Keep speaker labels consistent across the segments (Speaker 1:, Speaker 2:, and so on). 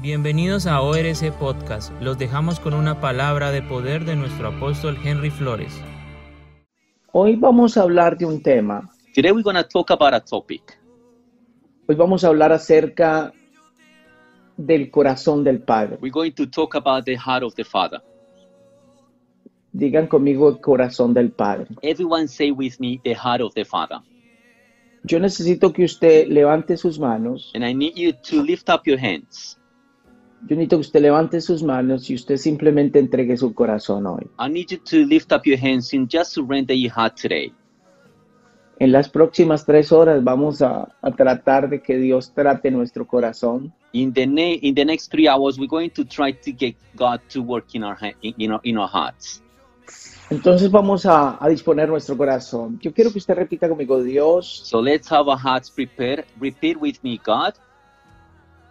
Speaker 1: Bienvenidos a ORC Podcast. Los dejamos con una palabra de poder de nuestro apóstol Henry Flores.
Speaker 2: Hoy vamos a hablar de un tema.
Speaker 3: Today we're going to talk about a topic.
Speaker 2: Hoy vamos a hablar acerca del corazón del Padre.
Speaker 3: We're going to talk about the heart of the Father.
Speaker 2: Digan conmigo el corazón del Padre.
Speaker 3: Everyone say with me the heart of the Father.
Speaker 2: Yo necesito que usted levante sus manos.
Speaker 3: And I need you to lift up your hands.
Speaker 2: Yo necesito que usted levante sus manos y usted simplemente entregue su corazón hoy.
Speaker 3: I need you to lift up your hands and just surrender your heart today.
Speaker 2: En las próximas tres horas vamos a, a tratar de que Dios trate nuestro corazón.
Speaker 3: In the ne- in the next three hours, we're going to try to get God to work in our ha- in our in our hearts.
Speaker 2: Entonces vamos a, a disponer nuestro corazón. Yo quiero que usted repita conmigo, Dios,
Speaker 3: So let's have our hearts prepared. Repeat with me, God.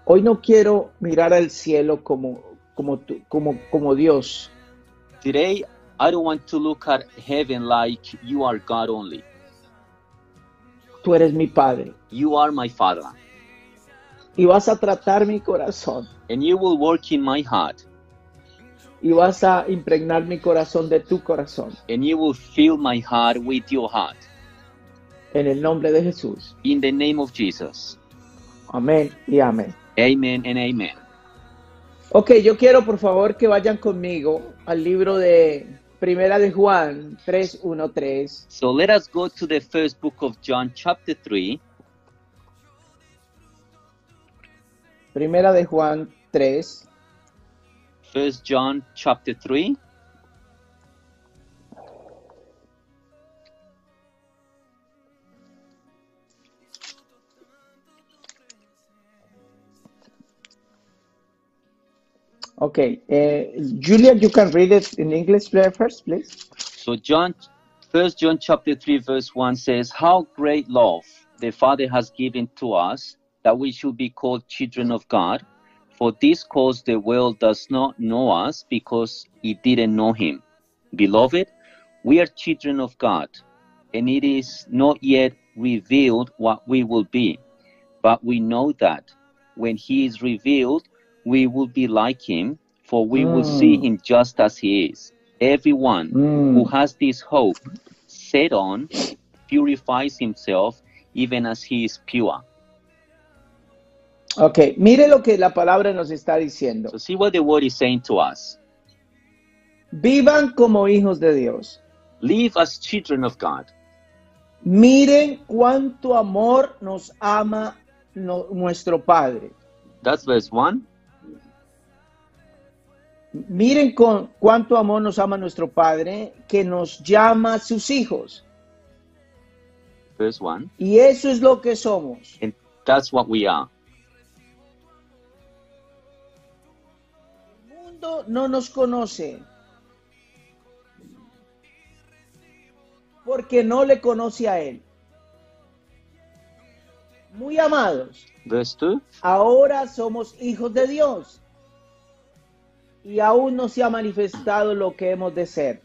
Speaker 2: hoy no quiero mirar al cielo como, como, tú- como, como Dios.
Speaker 3: Today, I don't want to look at heaven like you are God only.
Speaker 2: Tú eres mi Padre.
Speaker 3: You are my Father,
Speaker 2: Y vas a tratar mi corazón.
Speaker 3: and you will work in my heart,
Speaker 2: Y vas a impregnar mi corazón de tu corazón.
Speaker 3: and you will fill my heart with your heart.
Speaker 2: En el nombre de Jesús.
Speaker 3: In the name of Jesus.
Speaker 2: Amén y amén.
Speaker 3: Amen and amen.
Speaker 2: Ok, yo quiero por favor que vayan conmigo al libro de Primera de Juan 3.1.3.
Speaker 3: So let us go to the first book of John, chapter 3,
Speaker 2: Primera de Juan 3.
Speaker 3: First John, chapter 3.
Speaker 2: Ok, eh, Julia, you can read it in English first, please.
Speaker 3: So John, First John chapter three verse one says, "How great love the Father has given to us, that we should be called children of God. For this cause the world does not know us, because it didn't know Him. Beloved, we are children of God, and it is not yet revealed what we will be, but we know that when He is revealed, we will be like Him, for we will see
Speaker 2: Mm.
Speaker 3: Him just as He is. Everyone." who has this hope set on purifies himself even as he is pure.
Speaker 2: Ok, mire lo que la palabra nos está diciendo.
Speaker 3: So see what the word is saying to us.
Speaker 2: Vivan como hijos de Dios.
Speaker 3: Live as children of God.
Speaker 2: Miren cuánto amor nos ama no- nuestro Padre.
Speaker 3: That's verse 1.
Speaker 2: Miren con cuánto amor nos ama nuestro Padre, que nos llama sus hijos.
Speaker 3: Verse 1.
Speaker 2: Y eso es lo que somos.
Speaker 3: And that's what we are.
Speaker 2: El mundo no nos conoce porque no le conoce a Él. Muy amados,
Speaker 3: Verse 2.
Speaker 2: ahora somos hijos de Dios y aún no se ha manifestado lo que hemos de ser.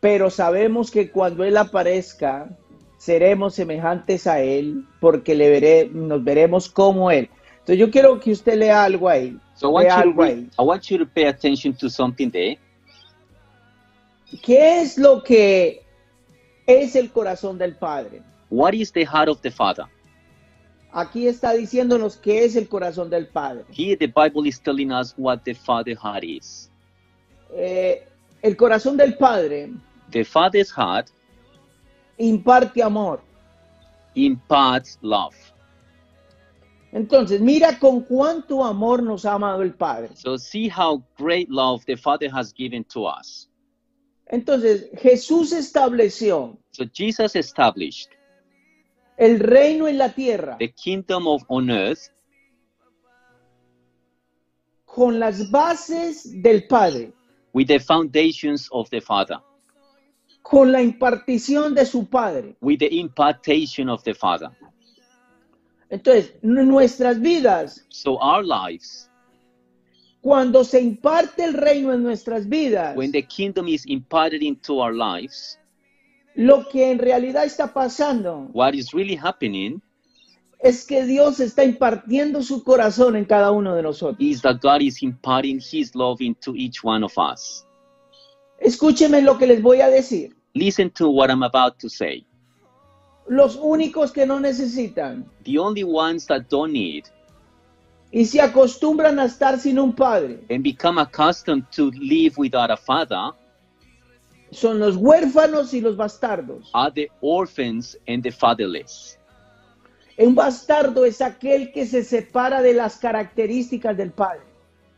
Speaker 2: Pero sabemos que cuando Él aparezca, seremos semejantes a Él porque le veré, nos veremos como Él. Entonces yo quiero que usted lea algo ahí.
Speaker 3: So I
Speaker 2: lea
Speaker 3: want, you to
Speaker 2: algo
Speaker 3: re-
Speaker 2: ahí.
Speaker 3: I want you to pay attention to something there.
Speaker 2: ¿Qué es lo que es el corazón del Padre?
Speaker 3: What is the heart of the Father?
Speaker 2: Aquí está diciéndonos qué es el corazón del Padre.
Speaker 3: Here the Bible is telling us what the Father heart is.
Speaker 2: Eh, el corazón del Padre
Speaker 3: The Father's heart
Speaker 2: imparte amor.
Speaker 3: imparts love.
Speaker 2: Entonces, mira con cuánto amor nos ha amado el Padre.
Speaker 3: So see how great love the Father has given to us.
Speaker 2: Entonces, Jesús estableció
Speaker 3: So Jesus established
Speaker 2: el reino en la tierra
Speaker 3: the kingdom of on earth
Speaker 2: con las bases del Padre,
Speaker 3: with the foundations of the Father,
Speaker 2: con la impartición de su Padre.
Speaker 3: with the impartation of the Father.
Speaker 2: Entonces, n- nuestras vidas,
Speaker 3: So our lives,
Speaker 2: cuando se imparte el reino en nuestras vidas,
Speaker 3: when the kingdom is imparted into our lives,
Speaker 2: lo que en realidad está pasando
Speaker 3: what is really happening
Speaker 2: es que Dios está impartiendo su corazón en cada uno de nosotros.
Speaker 3: is that God is imparting His love into each one of us.
Speaker 2: Escúcheme lo que les voy a decir.
Speaker 3: Listen to what I'm about to say.
Speaker 2: Los únicos que no necesitan
Speaker 3: The only ones that don't need
Speaker 2: y se acostumbran a estar sin un padre
Speaker 3: and become accustomed to live without a father
Speaker 2: son los huérfanos y los bastardos.
Speaker 3: are the orphans and the fatherless.
Speaker 2: Un bastardo es aquel que se separa de las características del padre.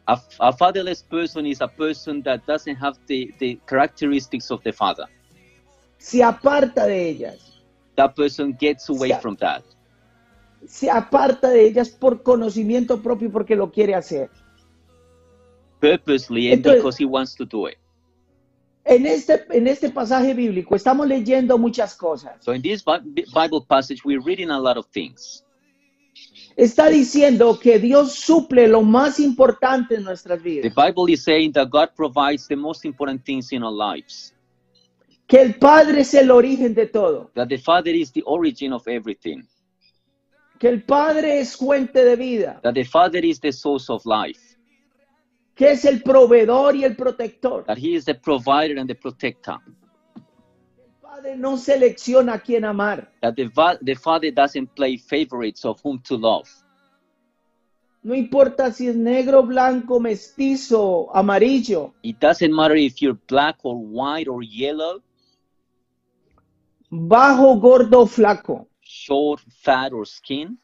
Speaker 3: A, a fatherless person is a person that doesn't have the, the characteristics of the father.
Speaker 2: Se aparta de ellas.
Speaker 3: That person gets away
Speaker 2: Yeah.
Speaker 3: from that.
Speaker 2: Se aparta de ellas por conocimiento propio y porque lo quiere hacer.
Speaker 3: purposely and
Speaker 2: Entonces-
Speaker 3: because he wants to do it.
Speaker 2: En este, en este pasaje bíblico estamos leyendo muchas cosas.
Speaker 3: So in this Bi- Bi- Bible passage, we're reading a lot of things.
Speaker 2: Está diciendo que Dios suple lo más importante en nuestras
Speaker 3: The
Speaker 2: vidas.
Speaker 3: Bible is saying that God provides the most important things in our lives,
Speaker 2: Que el Padre es el origen de todo.
Speaker 3: that the Father is the origin of everything,
Speaker 2: Que el Padre es fuente de vida.
Speaker 3: that the Father is the source of life,
Speaker 2: Que es el proveedor y el protector.
Speaker 3: that He is the provider and the protector,
Speaker 2: El Padre no selecciona a quién amar.
Speaker 3: that the, va- the Father doesn't play favorites of whom to love.
Speaker 2: No importa si es negro, blanco, mestizo, amarillo,
Speaker 3: It doesn't matter if you're black or white or yellow,
Speaker 2: bajo, gordo o flaco.
Speaker 3: short, fat, or skin.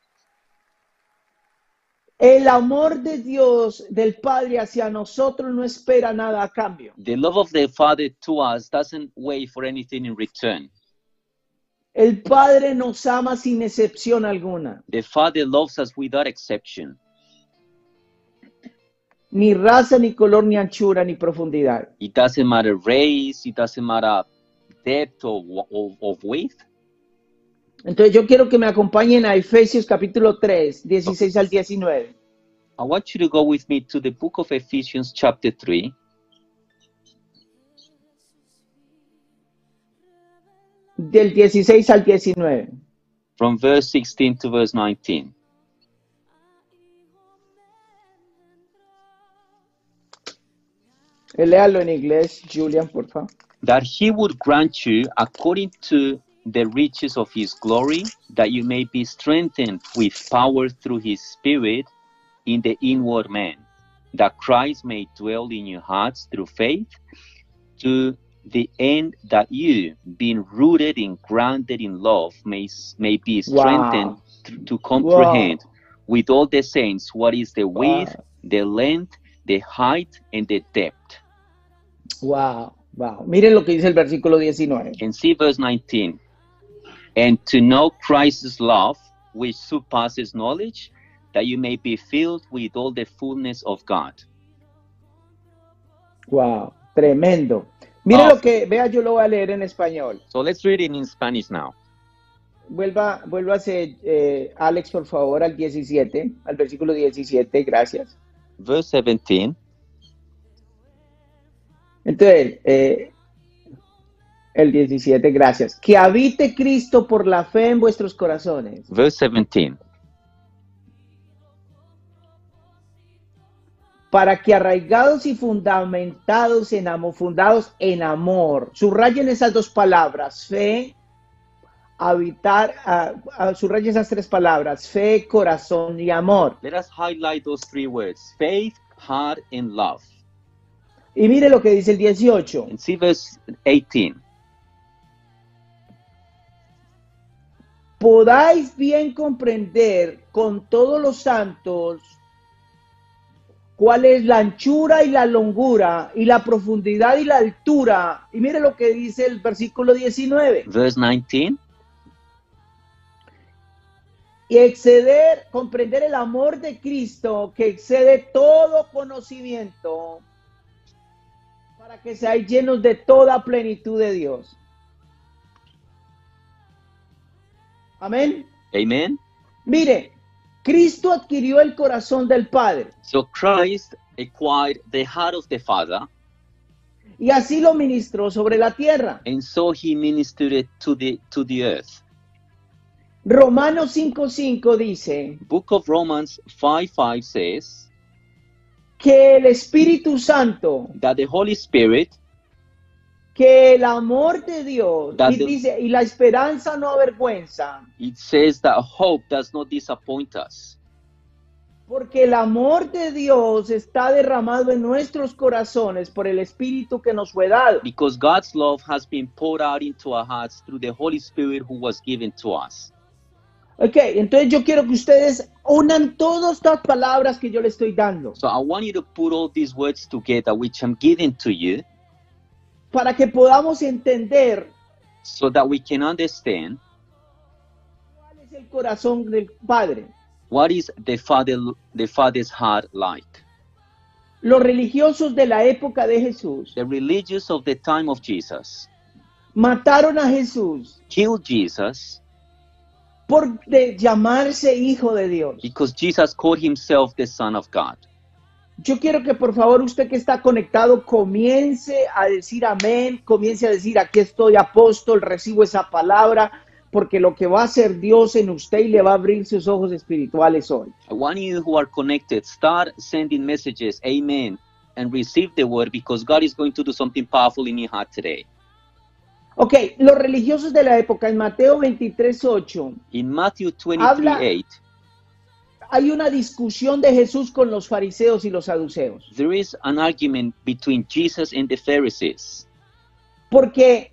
Speaker 2: El amor de Dios, del Padre hacia nosotros no espera nada a cambio.
Speaker 3: The love of the Father to us doesn't wait for anything in return.
Speaker 2: El Padre nos ama sin excepción alguna.
Speaker 3: The Father loves us without exception.
Speaker 2: Ni raza, ni color, ni anchura, ni profundidad.
Speaker 3: It doesn't matter race, it doesn't matter depth or, wa- or, or width.
Speaker 2: Entonces yo quiero que me acompañen a Efesios capítulo 3, 16 al 19.
Speaker 3: I want you to go with me to the book of Ephesians, chapter 3.
Speaker 2: Del 16 al 19.
Speaker 3: From verse 16 to verse 19.
Speaker 2: Eh, Léalo en inglés, Julian, por favor.
Speaker 3: That he would grant you, according to the riches of his glory, that you may be strengthened with power through his Spirit in the inward man, that Christ may dwell in your hearts through faith, to the end that you, being rooted and grounded in love, may, may be strengthened
Speaker 2: Wow.
Speaker 3: th- to comprehend with all the saints what is the width,
Speaker 2: Wow.
Speaker 3: the length, the height, and the depth.
Speaker 2: Wow, wow. Miren lo que dice el versículo 19.
Speaker 3: And see verse 19. And to know Christ's love, which surpasses knowledge, that you may be filled with all the fullness of God.
Speaker 2: Wow, tremendo. Miren
Speaker 3: Wow.
Speaker 2: lo que, vea, yo lo voy a leer en español.
Speaker 3: So let's read it in Spanish now.
Speaker 2: Vuelva, vuélvase, eh, Alex, por favor, al 17, al versículo 17, gracias.
Speaker 3: Verse 17.
Speaker 2: Entonces, eh, el 17, gracias. Que habite Cristo por la fe en vuestros corazones,
Speaker 3: Verse 17.
Speaker 2: para que arraigados y fundamentados en amor, fundados en amor, subrayen esas dos palabras, fe, habitar, ah, ah, subrayen esas tres palabras, fe, corazón y amor.
Speaker 3: Let us highlight those three words faith, heart, and love.
Speaker 2: Y mire lo que dice el 18.
Speaker 3: And see verse 18.
Speaker 2: podáis bien comprender con todos los santos cuál es la anchura y la longura y la profundidad y la altura. Y mire lo que dice el versículo 19.
Speaker 3: Verse 19.
Speaker 2: Y exceder, comprender el amor de Cristo que excede todo conocimiento para que seáis llenos de toda plenitud de Dios. Amén.
Speaker 3: Amen.
Speaker 2: Mire, Cristo adquirió el corazón del Padre
Speaker 3: So Christ acquired the heart of the Father,
Speaker 2: y así lo ministró sobre la tierra.
Speaker 3: and so he ministered to the to the earth.
Speaker 2: Romanos 5:5 dice
Speaker 3: Book of Romans 5 5 says
Speaker 2: que el Espíritu Santo,
Speaker 3: that the Holy Spirit,
Speaker 2: que el amor de Dios, y
Speaker 3: Date-
Speaker 2: dice, y la esperanza no avergüenza,
Speaker 3: it says that hope does not disappoint us
Speaker 2: porque el amor de Dios está derramado en nuestros corazones por el Espíritu que nos fue dado.
Speaker 3: because God's love has been poured out into our hearts through the Holy Spirit who was given to us.
Speaker 2: Ok, entonces yo quiero que ustedes unan todas estas palabras que yo le estoy dando
Speaker 3: So I want you to put all these words together, which I'm giving to you,
Speaker 2: para que podamos entender
Speaker 3: so that we can understand
Speaker 2: cuál es el corazón del Padre.
Speaker 3: what is the father the father's heart like.
Speaker 2: Los religiosos de la época de Jesús
Speaker 3: The religious of the time of Jesus
Speaker 2: mataron a Jesús
Speaker 3: killed Jesus
Speaker 2: por de llamarse hijo de Dios.
Speaker 3: because Jesus called himself the Son of God.
Speaker 2: Yo quiero que por favor usted que está conectado comience a decir amén, comience a decir aquí estoy apóstol, recibo esa palabra, porque lo que va a hacer Dios en usted y le va a abrir sus ojos espirituales hoy.
Speaker 3: I want you who are connected, start sending messages, amen, and receive the word because God is going to do something powerful in your heart today.
Speaker 2: Ok, los religiosos de la época, en Mateo 23, 8,
Speaker 3: In Matthew 23
Speaker 2: Habla-
Speaker 3: 8,
Speaker 2: hay una discusión de Jesús con los fariseos y los saduceos,
Speaker 3: there is an argument between Jesus and the Pharisees.
Speaker 2: porque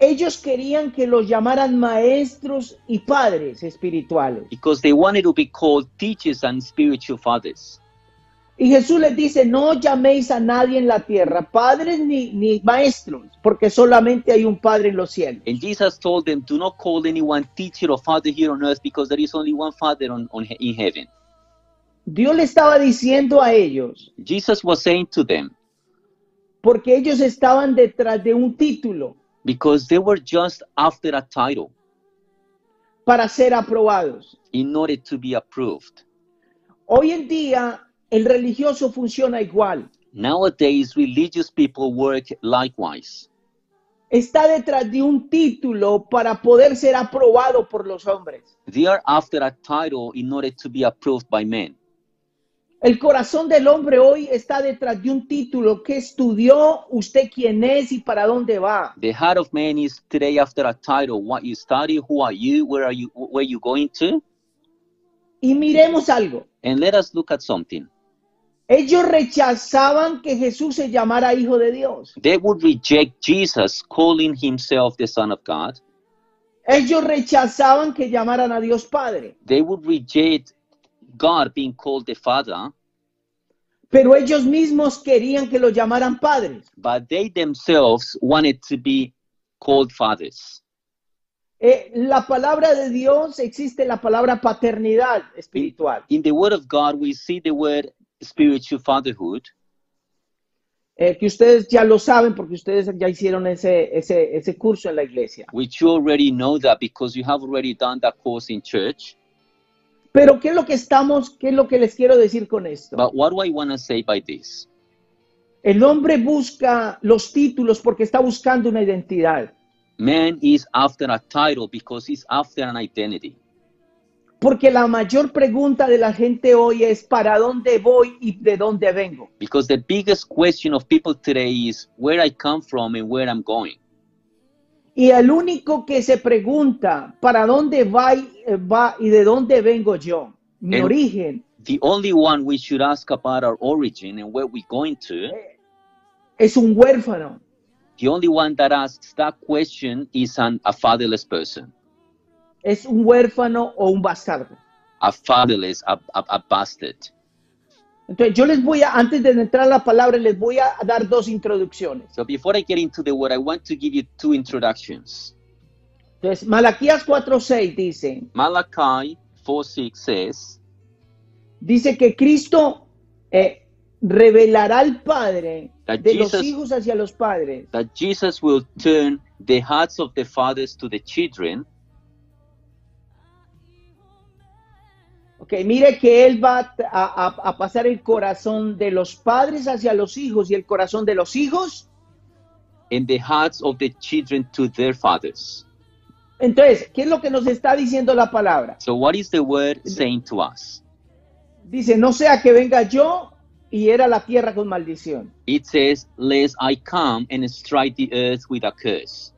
Speaker 2: ellos querían que los llamaran maestros y padres espirituales.
Speaker 3: because they wanted to be called teachers and spiritual fathers.
Speaker 2: Y Jesús les dice, no llaméis a nadie en la tierra, padres ni, ni maestros, porque solamente hay un Padre en los cielos.
Speaker 3: And Jesus told them, Do not call anyone teacher or father here on earth because there is only one father on, on, in heaven.
Speaker 2: Dios le estaba diciendo a ellos,
Speaker 3: Jesus was saying to them,
Speaker 2: porque ellos estaban detrás de un título
Speaker 3: because they were just after a title
Speaker 2: para ser aprobados.
Speaker 3: in order to be approved.
Speaker 2: Hoy en día el religioso funciona igual,
Speaker 3: Nowadays, religious people work likewise.
Speaker 2: está detrás de un título para poder ser aprobado por los hombres.
Speaker 3: They are after a title in order to be approved by men.
Speaker 2: El corazón del hombre hoy está detrás de un título que estudió, usted quién es y para dónde va.
Speaker 3: The heart of man is today after a title. What you study, who are you, where are you, where you going to?
Speaker 2: Y miremos algo.
Speaker 3: And let us look at something.
Speaker 2: Ellos rechazaban que Jesús se llamara hijo de Dios.
Speaker 3: they would reject Jesus calling himself the Son of God.
Speaker 2: Ellos rechazaban que llamaran a Dios Padre.
Speaker 3: They would reject God being called the Father,
Speaker 2: Pero ellos mismos querían que lo llamaran padres.
Speaker 3: but they themselves wanted to be called fathers.
Speaker 2: Eh, la palabra de Dios existe la palabra paternidad espiritual.
Speaker 3: In the Word of God, we see the word spiritual fatherhood,
Speaker 2: eh, que ustedes ya lo saben porque ustedes ya hicieron ese, ese, ese curso en la iglesia.
Speaker 3: which you already know that because you have already done that course in church.
Speaker 2: Pero ¿qué es lo que estamos, qué es lo que les quiero decir con esto?
Speaker 3: But what do I want to say by this?
Speaker 2: El hombre busca los títulos porque está buscando una identidad.
Speaker 3: Man is after a title because he's after an identity.
Speaker 2: Porque la mayor pregunta de la gente hoy es ¿para dónde voy y de dónde vengo?
Speaker 3: Because the biggest question of people today is where I come from and where I'm going.
Speaker 2: Y el único que se pregunta ¿para dónde va y, eh, va y de dónde vengo yo? Mi
Speaker 3: El-
Speaker 2: origen
Speaker 3: The only one we should ask about our origin and where we're going to,
Speaker 2: es un huérfano.
Speaker 3: the only one that asks that question is an, a fatherless person,
Speaker 2: Es un huérfano o un bastardo.
Speaker 3: a fatherless, a, a, a bastard.
Speaker 2: Entonces yo les voy a, antes de entrar a la palabra, les voy a dar dos introducciones.
Speaker 3: So before I get into the word, I want to give you two introductions.
Speaker 2: Entonces Malaquías 4.6 dice,
Speaker 3: Malachi 4 6 says
Speaker 2: dice que Cristo eh, revelará al Padre
Speaker 3: That
Speaker 2: de los
Speaker 3: Jesus-
Speaker 2: hijos hacia los padres.
Speaker 3: that Jesus will turn the hearts of the fathers to the children.
Speaker 2: Ok, mire que él va a, a- a pasar el corazón de los padres hacia los hijos y el corazón de los hijos
Speaker 3: And the hearts of the children to their fathers.
Speaker 2: Entonces, ¿qué es lo que nos está diciendo la palabra?
Speaker 3: So, what is the word saying to us?
Speaker 2: Dice, no sea que venga yo y era la tierra con maldición.
Speaker 3: It says, Lest I come and strike the earth with a curse.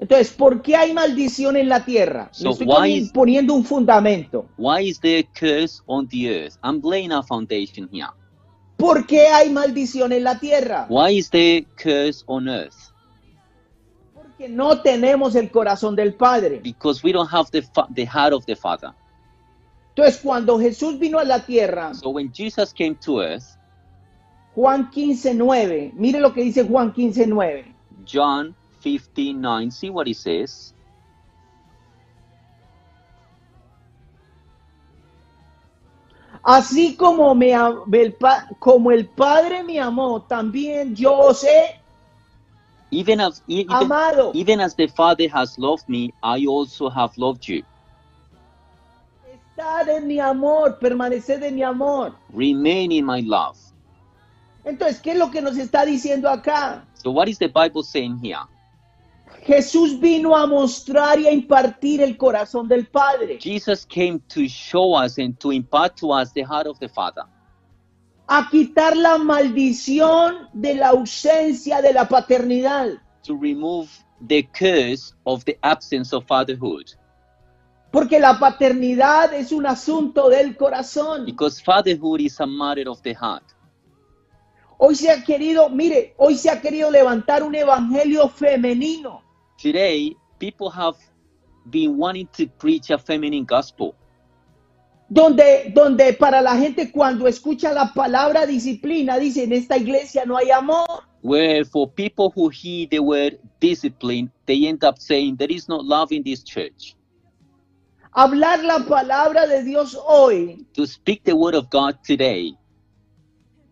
Speaker 2: Entonces, ¿por qué hay maldición en la tierra? Le
Speaker 3: So
Speaker 2: estoy
Speaker 3: why
Speaker 2: poni-
Speaker 3: is-
Speaker 2: poniendo un fundamento.
Speaker 3: Why is there a curse on the earth? I'm laying a foundation here.
Speaker 2: ¿Por qué hay maldición en la tierra?
Speaker 3: Why is there curse on earth?
Speaker 2: Porque no tenemos el corazón del Padre.
Speaker 3: Because we don't have the, fa- the heart of the Father.
Speaker 2: Entonces, cuando Jesús vino a la tierra,
Speaker 3: So when Jesus came to earth,
Speaker 2: Juan 15, 9, mire lo que dice Juan 15, 9.
Speaker 3: John 15 9, see what he says.
Speaker 2: Así como, me, a- el, pa- como el Padre me amó, también yo os he
Speaker 3: Even as, e- even,
Speaker 2: amado.
Speaker 3: even as the Father has loved me, I also have loved you.
Speaker 2: Estad en mi amor, permaneced en mi amor.
Speaker 3: Remain in my love.
Speaker 2: Entonces, ¿qué es lo que nos está diciendo acá?
Speaker 3: So what is the Bible saying here?
Speaker 2: Jesús vino a mostrar y a impartir el corazón del Padre.
Speaker 3: Jesus came to show us and to impart to us the heart of the Father,
Speaker 2: a quitar la maldición de la ausencia de la paternidad.
Speaker 3: to remove the curse of the absence of fatherhood.
Speaker 2: Porque la paternidad es un asunto del corazón.
Speaker 3: Because fatherhood is a matter of the heart.
Speaker 2: Hoy se ha querido, mire, hoy se ha querido levantar un evangelio femenino.
Speaker 3: Today, people have been wanting to preach a feminine gospel.
Speaker 2: Donde, donde para la gente cuando escucha la palabra disciplina, dice, en esta iglesia no hay amor.
Speaker 3: Where for people who hear the word discipline, they end up saying there is no love in this church.
Speaker 2: Hablar la palabra de Dios hoy.
Speaker 3: To speak the word of God today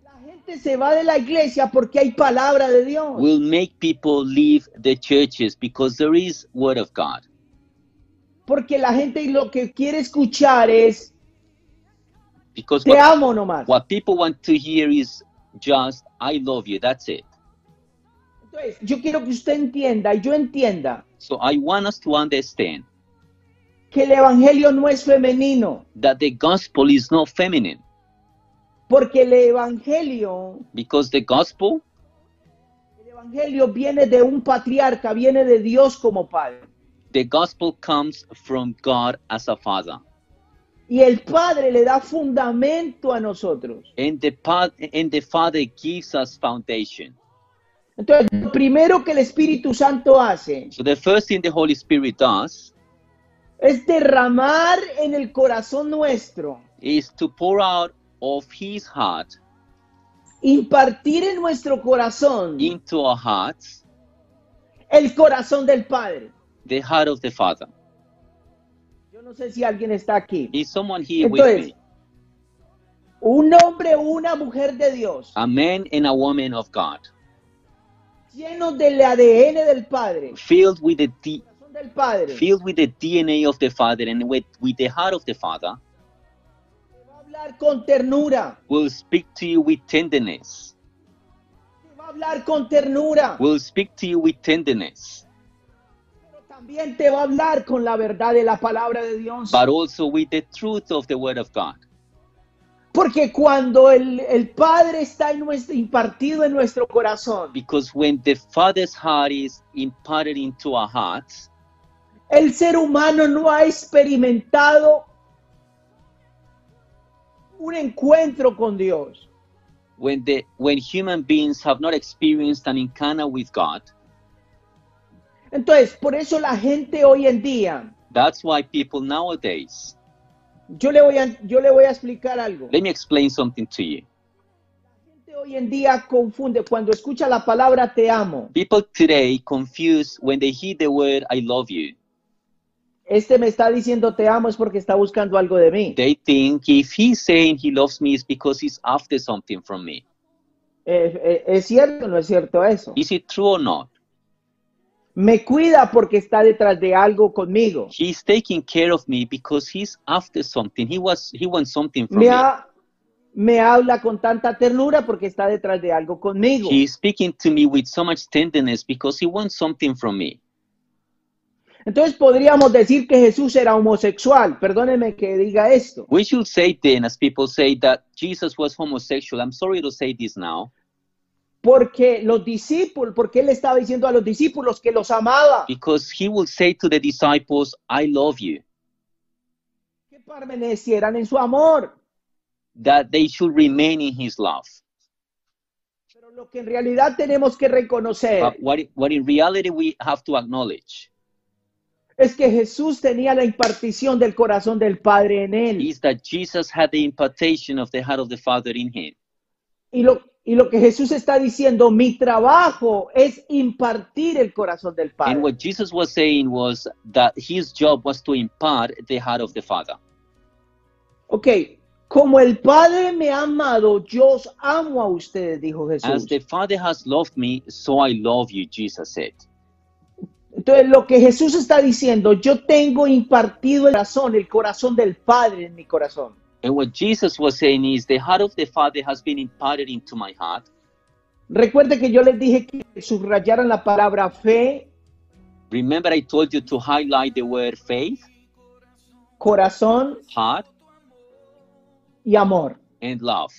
Speaker 2: La gente se va de la iglesia porque hay palabra de Dios.
Speaker 3: will make people leave the churches because there is word of God.
Speaker 2: Porque la gente lo que quiere escuchar es,
Speaker 3: Because
Speaker 2: te
Speaker 3: what,
Speaker 2: amo nomás.
Speaker 3: what people want to hear is just I love you. That's it.
Speaker 2: Entonces, yo quiero que usted entienda y yo entienda
Speaker 3: So I want us to understand
Speaker 2: que el evangelio no es femenino,
Speaker 3: that the gospel is not feminine
Speaker 2: porque el evangelio,
Speaker 3: because the gospel
Speaker 2: el evangelio viene de un patriarca, viene de Dios como padre.
Speaker 3: the gospel comes from God as a father.
Speaker 2: Y el padre le da fundamento a nosotros.
Speaker 3: And the pa- and the father gives us foundation.
Speaker 2: Entonces, lo primero que el Espíritu Santo hace
Speaker 3: So the first thing the Holy Spirit does
Speaker 2: es derramar en el corazón nuestro,
Speaker 3: is to pour out of his heart
Speaker 2: impartir en nuestro corazón
Speaker 3: into our hearts
Speaker 2: el corazón del Padre.
Speaker 3: the heart of the father.
Speaker 2: Yo no sé si alguien está aquí.
Speaker 3: Is someone here with
Speaker 2: Entonces,
Speaker 3: me?
Speaker 2: un hombre o una mujer de Dios
Speaker 3: A man and a woman of God,
Speaker 2: llenos del ADN del Padre,
Speaker 3: filled with the D-
Speaker 2: corazón del Padre,
Speaker 3: filled with the DNA of the Father and with, with the heart of the Father,
Speaker 2: te va a hablar con ternura,
Speaker 3: will speak to you with tenderness.
Speaker 2: te va a hablar con ternura,
Speaker 3: Will speak to you with tenderness,
Speaker 2: pero también te va a hablar con la verdad de la palabra de Dios.
Speaker 3: but also with the truth of the Word of God.
Speaker 2: Porque cuando el, el Padre está en nuestro, impartido en nuestro corazón,
Speaker 3: Because when the Father's heart is imparted into our hearts,
Speaker 2: el ser humano no ha experimentado un encuentro con Dios.
Speaker 3: when the when human beings have not experienced an encounter with God,
Speaker 2: Entonces, por eso la gente hoy en día,
Speaker 3: that's why people nowadays.
Speaker 2: yo le voy a, yo le voy a explicar algo.
Speaker 3: Let me explain something to you.
Speaker 2: gente hoy en día confunde cuando escucha la palabra te amo.
Speaker 3: People today confuse when they hear the word "I love you."
Speaker 2: Este me está diciendo te amo es porque está buscando algo de mí.
Speaker 3: They think if he's saying he loves me, it's because he's after something from me.
Speaker 2: Eh, eh, ¿Es cierto o no es cierto eso?
Speaker 3: Is it true or not?
Speaker 2: Me cuida porque está detrás de algo conmigo.
Speaker 3: He's taking care of me because he's after something. He was he wants something from
Speaker 2: Me, ha- me habla con tanta ternura porque está detrás de algo conmigo.
Speaker 3: me. He's speaking to me with so much tenderness because he wants something from me.
Speaker 2: Entonces podríamos decir que Jesús era homosexual. Perdónenme que diga esto.
Speaker 3: We should say then, as people say, that Jesus was homosexual. I'm sorry to say this now,
Speaker 2: Porque los discípulos, porque él estaba diciendo a los discípulos que los amaba.
Speaker 3: because he will say to the disciples, I love you,
Speaker 2: Que permanecieran en su amor.
Speaker 3: that they should remain in his love.
Speaker 2: Pero lo que en realidad tenemos que reconocer
Speaker 3: But what, what in reality we have to acknowledge
Speaker 2: es que Jesús tenía la impartición del corazón del Padre en él.
Speaker 3: is that Jesus had the impartation of the heart of the Father in him.
Speaker 2: Y lo, y lo que Jesús está diciendo, mi trabajo es impartir el corazón del Padre.
Speaker 3: And what Jesus was saying was that his job was to impart the heart of the Father.
Speaker 2: Ok, como el Padre me ha amado, yo os amo a ustedes, dijo
Speaker 3: As
Speaker 2: Jesús.
Speaker 3: the Father has loved me, so I love you, Jesus said.
Speaker 2: Entonces, lo que Jesús está diciendo, yo tengo impartido el corazón, el corazón del Padre en mi corazón.
Speaker 3: And what Jesus was saying is, the heart of the Father has been imparted into my heart.
Speaker 2: Recuerde que yo les dije que subrayaran la palabra fe,
Speaker 3: Remember, I told you to highlight the word faith,
Speaker 2: corazón
Speaker 3: heart,
Speaker 2: y amor.
Speaker 3: and love.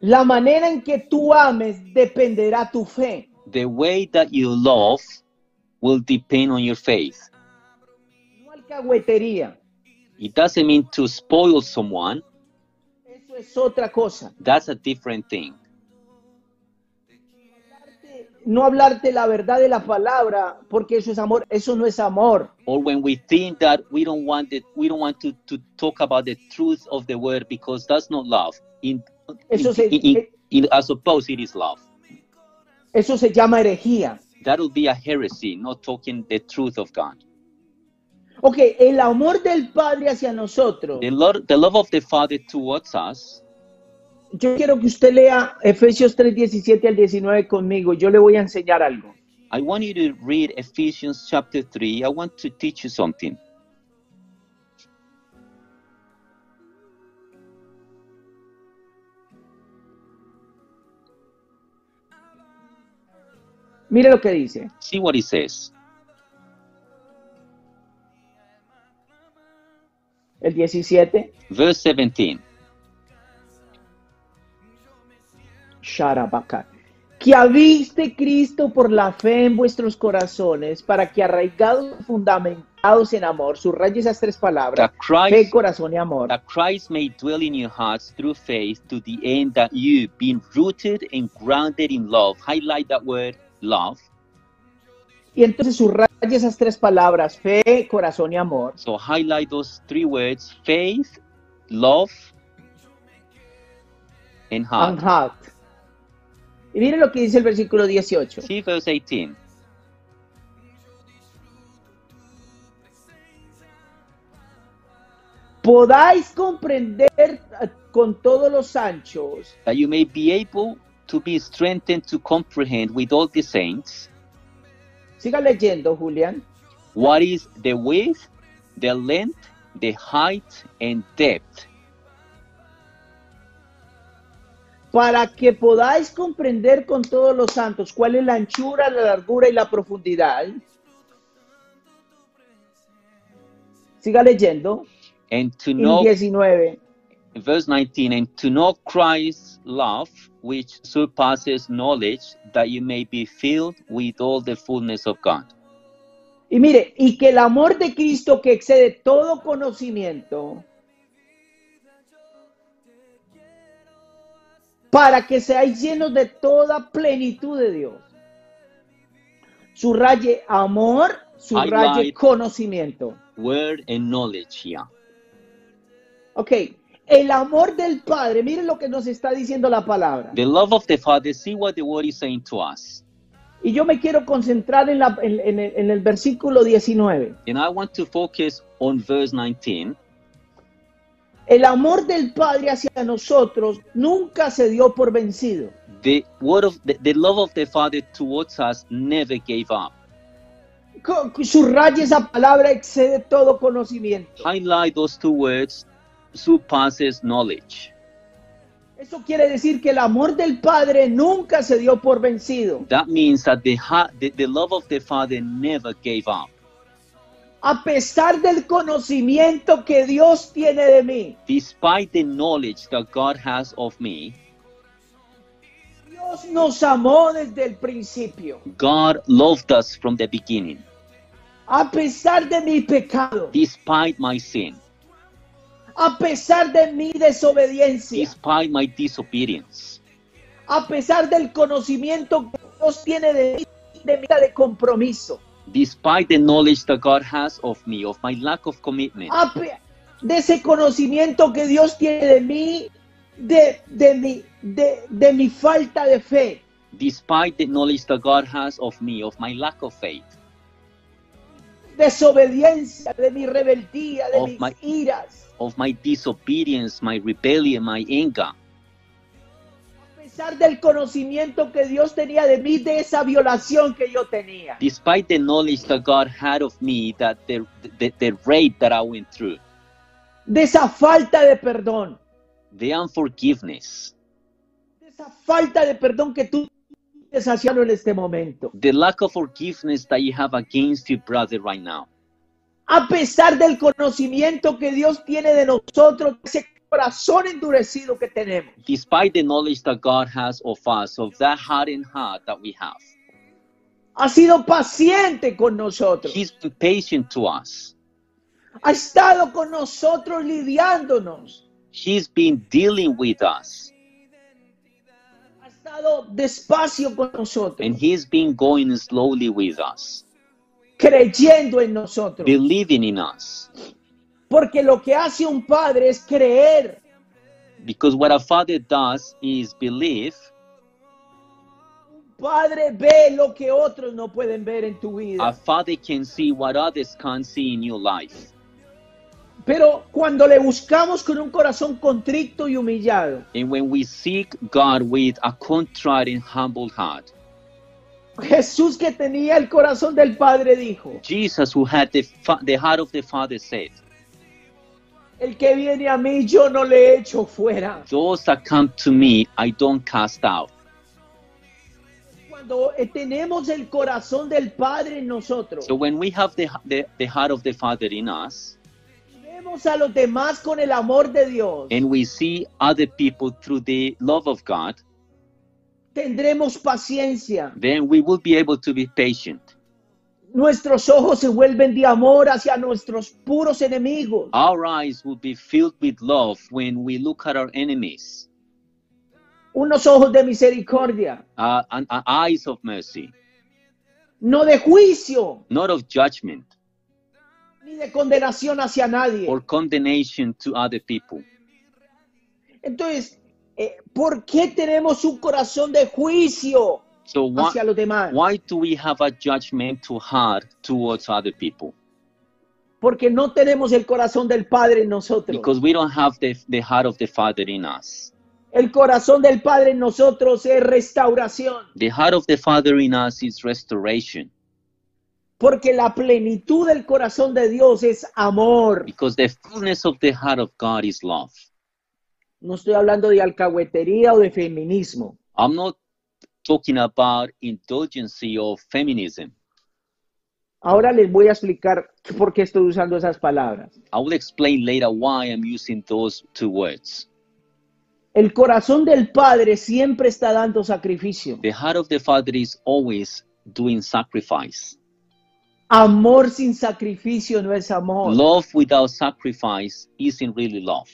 Speaker 2: La manera en que tú ames dependerá tu fe.
Speaker 3: The way that you love will depend on your faith.
Speaker 2: No alcahuetería.
Speaker 3: It doesn't mean to spoil someone,
Speaker 2: Eso es otra cosa.
Speaker 3: that's a different thing.
Speaker 2: No hablarte la verdad de la palabra, porque eso es amor. Eso no es amor.
Speaker 3: or when we think that we don't want it, we don't want to, to talk about the truth of the word because that's not love. In,
Speaker 2: Eso
Speaker 3: in,
Speaker 2: se-
Speaker 3: in- in- I suppose it is love.
Speaker 2: Eso se llama herejía.
Speaker 3: That'll be a heresy, not talking the truth of God.
Speaker 2: Ok, el amor del Padre hacia nosotros.
Speaker 3: The love, the love of the Father towards us.
Speaker 2: Yo quiero que usted lea Efesios 3, 17 al 19 conmigo. Yo le voy a enseñar algo.
Speaker 3: I want you to read Ephesians chapter three. I want to teach you something.
Speaker 2: Mire lo que dice.
Speaker 3: See what it says.
Speaker 2: El 17.
Speaker 3: Verse 17.
Speaker 2: Sharabaca. Que habiste Cristo por la fe en vuestros corazones, para que arraigados y fundamentados en amor, subraye esas tres palabras,
Speaker 3: That Christ
Speaker 2: fe, corazón y amor,
Speaker 3: that Christ may dwell in your hearts through faith to the end that you, being rooted and grounded in love, highlight that word, love.
Speaker 2: y entonces subraye esas tres palabras, fe, corazón y amor,
Speaker 3: So highlight those three words faith, love, and
Speaker 2: and
Speaker 3: heart.
Speaker 2: heart. Y miren lo que dice el versículo 18.
Speaker 3: See verse 18.
Speaker 2: podáis comprender eh, con todos los anchos
Speaker 3: That you may be able to be strengthened to comprehend with all the saints
Speaker 2: siga leyendo Julián
Speaker 3: what is the width, the length, the height, and depth.
Speaker 2: para que podáis comprender con todos los santos cuál es la anchura, la largura y la profundidad. Siga leyendo.
Speaker 3: And to
Speaker 2: Y
Speaker 3: know
Speaker 2: 19.
Speaker 3: verse 19 and to know christ's love which surpasses knowledge that you may be filled with all the fullness of god
Speaker 2: Y mire, y que el amor de Cristo que excede todo conocimiento, para que seáis llenos de toda plenitud de Dios. Subraye amor, subraye
Speaker 3: Highlight.
Speaker 2: conocimiento.
Speaker 3: word and knowledge here
Speaker 2: Ok, el amor del Padre, miren lo que nos está diciendo la palabra.
Speaker 3: the love of the father see what the word is saying to us
Speaker 2: Y yo me quiero concentrar en, la- en- en el- en el versículo 19.
Speaker 3: and i want to focus on verse 19
Speaker 2: El amor del Padre hacia nosotros nunca se dio por vencido.
Speaker 3: the word of the, the love of the father towards us never gave up
Speaker 2: Co- Subraye esa palabra, excede todo conocimiento.
Speaker 3: highlight those two words surpasses knowledge
Speaker 2: Eso quiere decir que el amor del Padre nunca se dio por vencido.
Speaker 3: That means that the, ha- the, the love of the Father never gave up.
Speaker 2: A pesar del conocimiento que Dios tiene de mí,
Speaker 3: Despite the knowledge that God has of me,
Speaker 2: Dios nos amó desde el principio.
Speaker 3: God loved us from the beginning.
Speaker 2: A pesar de mi pecado,
Speaker 3: Despite my sin,
Speaker 2: a pesar de mi desobediencia,
Speaker 3: despite my disobedience,
Speaker 2: a pesar del conocimiento que Dios tiene de mí, de mi vida de compromiso,
Speaker 3: despite the knowledge that God has of me, of my lack of commitment,
Speaker 2: a pe- de ese conocimiento que Dios tiene de mí, de, de, mi, de, de mi falta de fe,
Speaker 3: despite the knowledge that God has of me, of my lack of faith,
Speaker 2: desobediencia, de mi rebeldía, de
Speaker 3: Of
Speaker 2: mis
Speaker 3: my-
Speaker 2: iras,
Speaker 3: of my disobedience, my rebellion, my anger,
Speaker 2: a pesar del conocimiento que Dios tenía de mí, de esa violación que yo tenía.
Speaker 3: despite the knowledge that God had of me, that the, the, the rape that I went through,
Speaker 2: de esa falta de perdón,
Speaker 3: the unforgiveness,
Speaker 2: de esa falta de perdón que tú tienes hacia uno en este momento.
Speaker 3: the lack of forgiveness that you have against your brother right now,
Speaker 2: A pesar del conocimiento que Dios tiene de nosotros, de ese corazón endurecido que tenemos,
Speaker 3: despite the knowledge that God has of us, of that hardened heart that we have.
Speaker 2: ha sido paciente con nosotros,
Speaker 3: He's been patient to us.
Speaker 2: ha estado con nosotros lidiándonos,
Speaker 3: He's been dealing with us
Speaker 2: ha estado despacio con nosotros,
Speaker 3: and he's been going slowly with us,
Speaker 2: creyendo en nosotros.
Speaker 3: believing in us.
Speaker 2: Porque lo que hace un padre es creer,
Speaker 3: Because what a father does is believe.
Speaker 2: un padre ve lo que otros no pueden ver en tu vida.
Speaker 3: A father can see what others can't see in your life.
Speaker 2: Pero cuando le buscamos con un corazón contrito y humillado,
Speaker 3: And when we seek God with a contrite and humble heart,
Speaker 2: Jesús que tenía el corazón del Padre dijo,
Speaker 3: Jesus, who had the, fa- the heart of the Father, said,
Speaker 2: el que viene a mí yo no le echo fuera.
Speaker 3: Those that come to me, I don't cast out.
Speaker 2: Cuando eh, tenemos el corazón del Padre en nosotros,
Speaker 3: So when we have the, the, the heart of the Father in us,
Speaker 2: vemos a los demás con el amor de Dios,
Speaker 3: and we see other people through the love of God,
Speaker 2: tendremos paciencia.
Speaker 3: then we will be able to be patient.
Speaker 2: Nuestros ojos se vuelven de amor hacia nuestros puros enemigos.
Speaker 3: Our eyes will be filled with love when we look at our enemies,
Speaker 2: Unos ojos de misericordia,
Speaker 3: uh, and, and eyes of mercy,
Speaker 2: no de juicio
Speaker 3: not of judgment
Speaker 2: ni de condenación hacia nadie.
Speaker 3: or condemnation to other people.
Speaker 2: Entonces, eh, ¿por qué tenemos un corazón de juicio
Speaker 3: So why,
Speaker 2: hacia los demás?
Speaker 3: why do we have a judgmental heart towards other people?
Speaker 2: Porque no tenemos el corazón del Padre en nosotros.
Speaker 3: Because we don't have the, the heart of the Father in us.
Speaker 2: El corazón del Padre en nosotros es restauración,
Speaker 3: The heart of the Father in us is restoration.
Speaker 2: porque la plenitud del corazón de Dios es amor.
Speaker 3: Because the fullness of the heart of God is love.
Speaker 2: No estoy hablando de alcahuetería o de feminismo.
Speaker 3: I'm not talking about indulgency or feminism.
Speaker 2: Ahora les voy a explicar por qué estoy usando esas palabras.
Speaker 3: I will explain later why I'm using those two words.
Speaker 2: El corazón del Padre siempre está dando sacrificio,
Speaker 3: The heart of the Father is always doing sacrifice.
Speaker 2: amor sin sacrificio no es amor.
Speaker 3: Love without sacrifice isn't really love.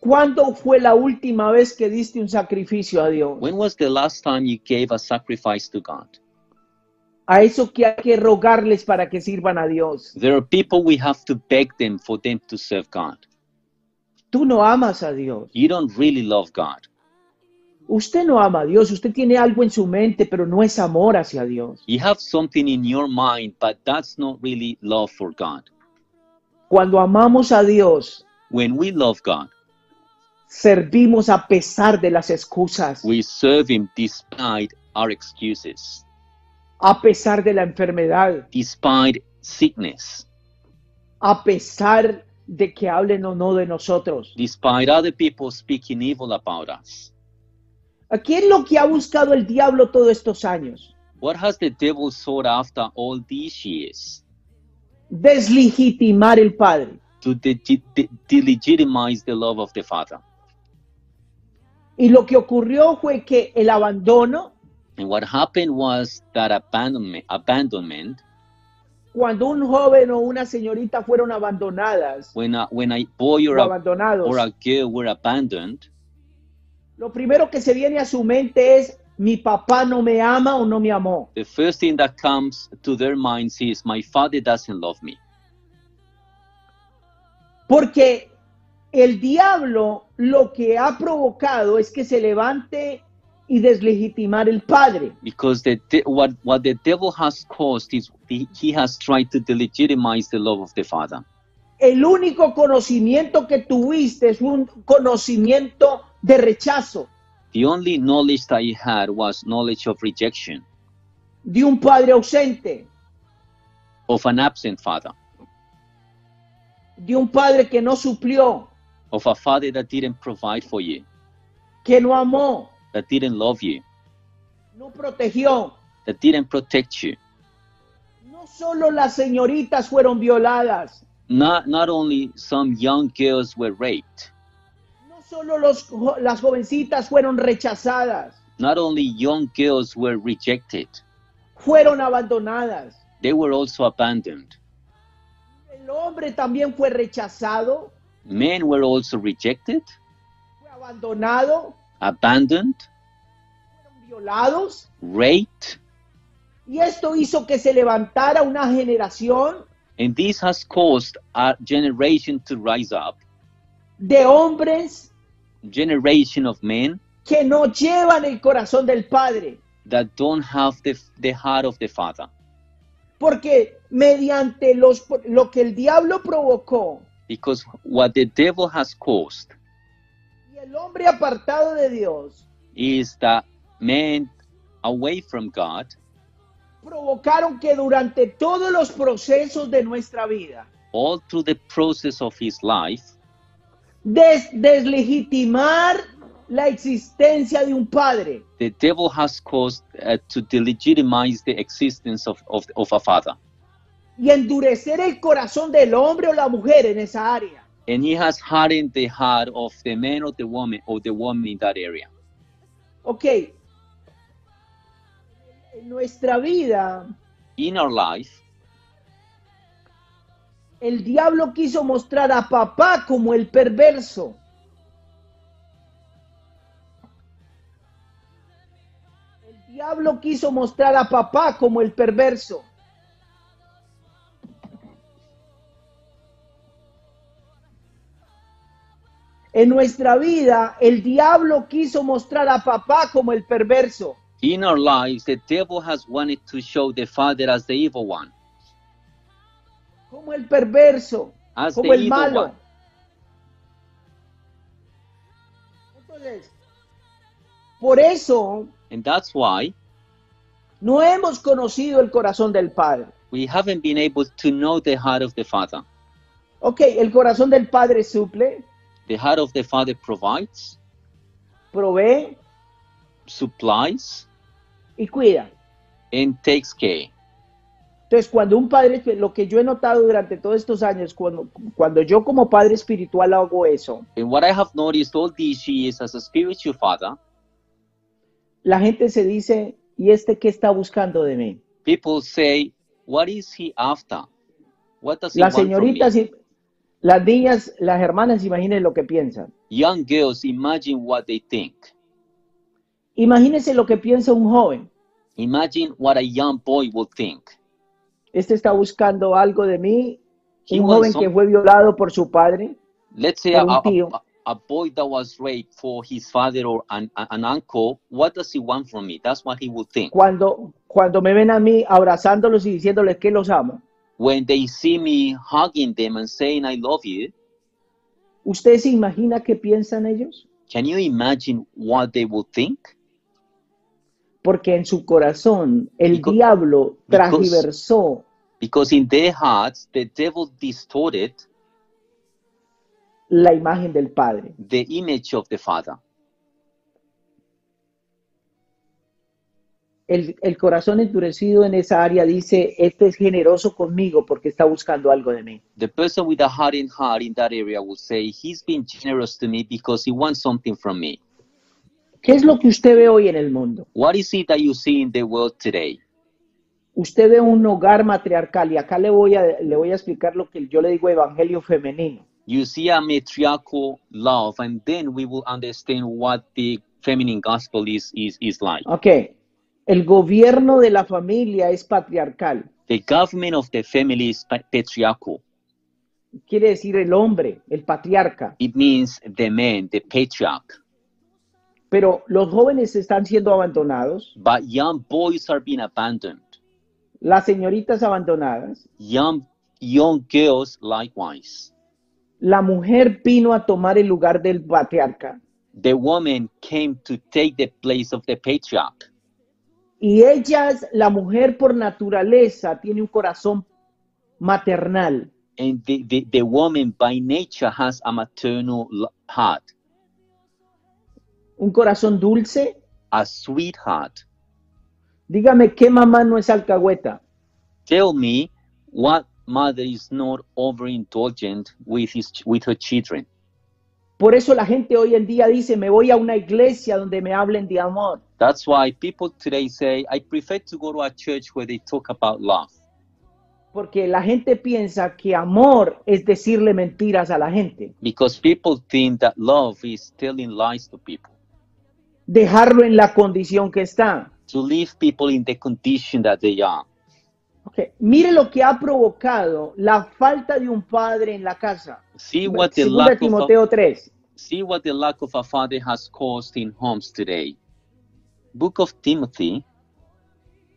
Speaker 2: ¿Cuándo fue la última vez que diste un sacrificio a Dios?
Speaker 3: When was the last time you gave a sacrifice to God?
Speaker 2: A eso que hay que rogarles para que sirvan a Dios.
Speaker 3: There are people we have to beg them for them to serve God.
Speaker 2: Tú no amas a Dios.
Speaker 3: You don't really love God.
Speaker 2: Usted no ama a Dios. Usted tiene algo en su mente, pero no es amor hacia Dios.
Speaker 3: You have something in your mind, but that's not really love for God.
Speaker 2: Cuando amamos a Dios,
Speaker 3: When we love God,
Speaker 2: servimos a pesar de las excusas,
Speaker 3: we serve Him despite our excuses,
Speaker 2: a pesar de la enfermedad,
Speaker 3: despite sickness,
Speaker 2: a pesar de que hablen o no de nosotros.
Speaker 3: despite other people speaking evil about us.
Speaker 2: ¿A qué es lo que ha buscado el diablo todos estos años?
Speaker 3: What has the devil sought after all these years?
Speaker 2: Deslegitimar el Padre.
Speaker 3: To de- de- de- delegitimize the love of the Father.
Speaker 2: Y lo que ocurrió fue que el abandono,
Speaker 3: And what happened was that abandonment, abandonment
Speaker 2: cuando un joven o una señorita fueron abandonadas
Speaker 3: when, a, when a boy or
Speaker 2: o
Speaker 3: a,
Speaker 2: abandonados,
Speaker 3: or a girl were abandoned,
Speaker 2: lo primero que se viene a su mente es, mi papá no me ama o no me amó.
Speaker 3: the first thing that comes to their minds is, My father doesn't love me.
Speaker 2: Porque el diablo lo que ha provocado es que se levante y deslegitimar el Padre.
Speaker 3: Because the de- what, what the devil has caused is he, he has tried to delegitimize the love of the Father.
Speaker 2: El único conocimiento que tuviste es un conocimiento de rechazo
Speaker 3: The only knowledge that he had was knowledge of rejection,
Speaker 2: de un padre ausente,
Speaker 3: of an absent father,
Speaker 2: de un padre que no suplió,
Speaker 3: of a father that didn't provide for you,
Speaker 2: que no amó,
Speaker 3: that didn't love you,
Speaker 2: no protegió.
Speaker 3: that didn't protect you.
Speaker 2: No solo las señoritas fueron violadas,
Speaker 3: Not, not only some young girls were raped,
Speaker 2: no solo los jo- las jovencitas fueron rechazadas,
Speaker 3: not only young girls were rejected,
Speaker 2: fueron abandonadas.
Speaker 3: they were also abandoned.
Speaker 2: El hombre también fue rechazado,
Speaker 3: Men were also rejected,
Speaker 2: fue abandonado,
Speaker 3: abandoned,
Speaker 2: fueron violados.
Speaker 3: raped,
Speaker 2: Y esto hizo que se levantara una generación
Speaker 3: and this has caused a generation to rise up,
Speaker 2: de hombres
Speaker 3: generation of men
Speaker 2: que no llevan el corazón del Padre,
Speaker 3: that don't have the, the heart of the Father.
Speaker 2: porque mediante los, lo que el diablo provocó
Speaker 3: because what the devil has caused
Speaker 2: y el hombre apartado de Dios,
Speaker 3: is that man away from God
Speaker 2: provocaron que durante todos los procesos de nuestra vida
Speaker 3: all through the process of his life
Speaker 2: des- deslegitimar la existencia de un padre.
Speaker 3: the devil has caused uh, to delegitimize the existence of, of, of a father
Speaker 2: y endurecer el corazón del hombre o la mujer en esa área.
Speaker 3: and he has hardened the heart of the man or the woman or the woman in that area
Speaker 2: Ok. En nuestra vida,
Speaker 3: in our life
Speaker 2: el diablo quiso mostrar a papá como el perverso. El diablo quiso mostrar a papá como el perverso. En nuestra vida, el diablo quiso mostrar a papá como el perverso.
Speaker 3: in our lives the devil has wanted to show the father as the evil one
Speaker 2: como el perverso,
Speaker 3: As
Speaker 2: como
Speaker 3: the
Speaker 2: el
Speaker 3: evil
Speaker 2: malo.
Speaker 3: one.
Speaker 2: Entonces, por eso
Speaker 3: and that's why
Speaker 2: no hemos conocido el corazón del Padre.
Speaker 3: we haven't been able to know the heart of the father
Speaker 2: Ok, el corazón del Padre suple,
Speaker 3: the heart of the father provides
Speaker 2: provee
Speaker 3: supplies
Speaker 2: y cuida.
Speaker 3: and takes care.
Speaker 2: Entonces, cuando un padre, lo que yo he notado durante todos estos años, cuando, cuando yo como padre espiritual hago eso,
Speaker 3: And what I have noticed all these years as a spiritual father,
Speaker 2: la gente se dice, ¿y este qué está buscando de mí?
Speaker 3: people say, What is he after? What does he
Speaker 2: Las
Speaker 3: want
Speaker 2: señoritas
Speaker 3: from me?
Speaker 2: y las niñas, las hermanas, imaginen lo que piensan.
Speaker 3: Young girls imagine what they think.
Speaker 2: Imagínense lo que piensa un joven.
Speaker 3: Imagine what a young boy will think.
Speaker 2: este está buscando algo de mí,
Speaker 3: He
Speaker 2: un
Speaker 3: wants
Speaker 2: joven
Speaker 3: some-
Speaker 2: que fue violado por su padre,
Speaker 3: Let's say
Speaker 2: Por
Speaker 3: a,
Speaker 2: un
Speaker 3: a-
Speaker 2: tío.
Speaker 3: a- a boy that was raped for his father or an, an uncle, what does he want from me? That's what he will think.
Speaker 2: cuando, cuando me ven a mí abrazándolos y diciéndoles que los amo,
Speaker 3: When they see me hugging them and saying, I love you,
Speaker 2: ¿usted se imagina qué piensan ellos?
Speaker 3: can you imagine what they will think?
Speaker 2: Porque en su corazón el
Speaker 3: Because-
Speaker 2: diablo
Speaker 3: because-
Speaker 2: transversó
Speaker 3: because in their hearts the devil distorted
Speaker 2: la imagen del Padre.
Speaker 3: the image of the Father.
Speaker 2: El, el corazón endurecido en esa área dice, este es generoso conmigo porque está buscando algo de mí.
Speaker 3: The person with a hard in heart in that area will say, He's been generous to me because he wants something from me.
Speaker 2: ¿Qué es lo que usted ve hoy en el mundo?
Speaker 3: What is it that you see in the world today?
Speaker 2: Usted ve un hogar matriarcal y acá le voy a, le voy a explicar lo que yo le digo evangelio femenino.
Speaker 3: You see a matriarchal love, and then we will understand what the feminine gospel is, is, is like.
Speaker 2: Ok, el gobierno de la familia es patriarcal,
Speaker 3: The government of the family is pa- patriarchal.
Speaker 2: quiere decir el hombre, el patriarca,
Speaker 3: It means the man, the patriarch.
Speaker 2: pero los jóvenes están siendo abandonados,
Speaker 3: But young boys are being abandoned.
Speaker 2: las señoritas abandonadas,
Speaker 3: Young young girls likewise.
Speaker 2: la mujer vino a tomar el lugar del patriarca
Speaker 3: The woman came to take the place of the patriarch.
Speaker 2: y ellas, la mujer por naturaleza tiene un corazón maternal,
Speaker 3: and the, the, the woman by nature has a maternal l- heart,
Speaker 2: un corazón dulce.
Speaker 3: a sweet heart.
Speaker 2: Dígame qué mamá no es alcahueta.
Speaker 3: Tell me what mother is not overindulgent with his ch- with her children.
Speaker 2: Por eso la gente hoy en día dice, me voy a una iglesia donde me hablen de amor.
Speaker 3: That's why people today say, I prefer to go to a church where they talk about love.
Speaker 2: Porque la gente piensa que amor es decirle mentiras a la gente,
Speaker 3: Because people think that love is telling lies to people,
Speaker 2: dejarlo en la condición que está.
Speaker 3: to leave people in the condition that they are.
Speaker 2: Ok, Mire lo que ha provocado la falta de un padre en la casa.
Speaker 3: See what the
Speaker 2: Segunda
Speaker 3: lack of a,
Speaker 2: Timoteo 3.
Speaker 3: see what the lack of a father has caused in homes today. Book of Timothy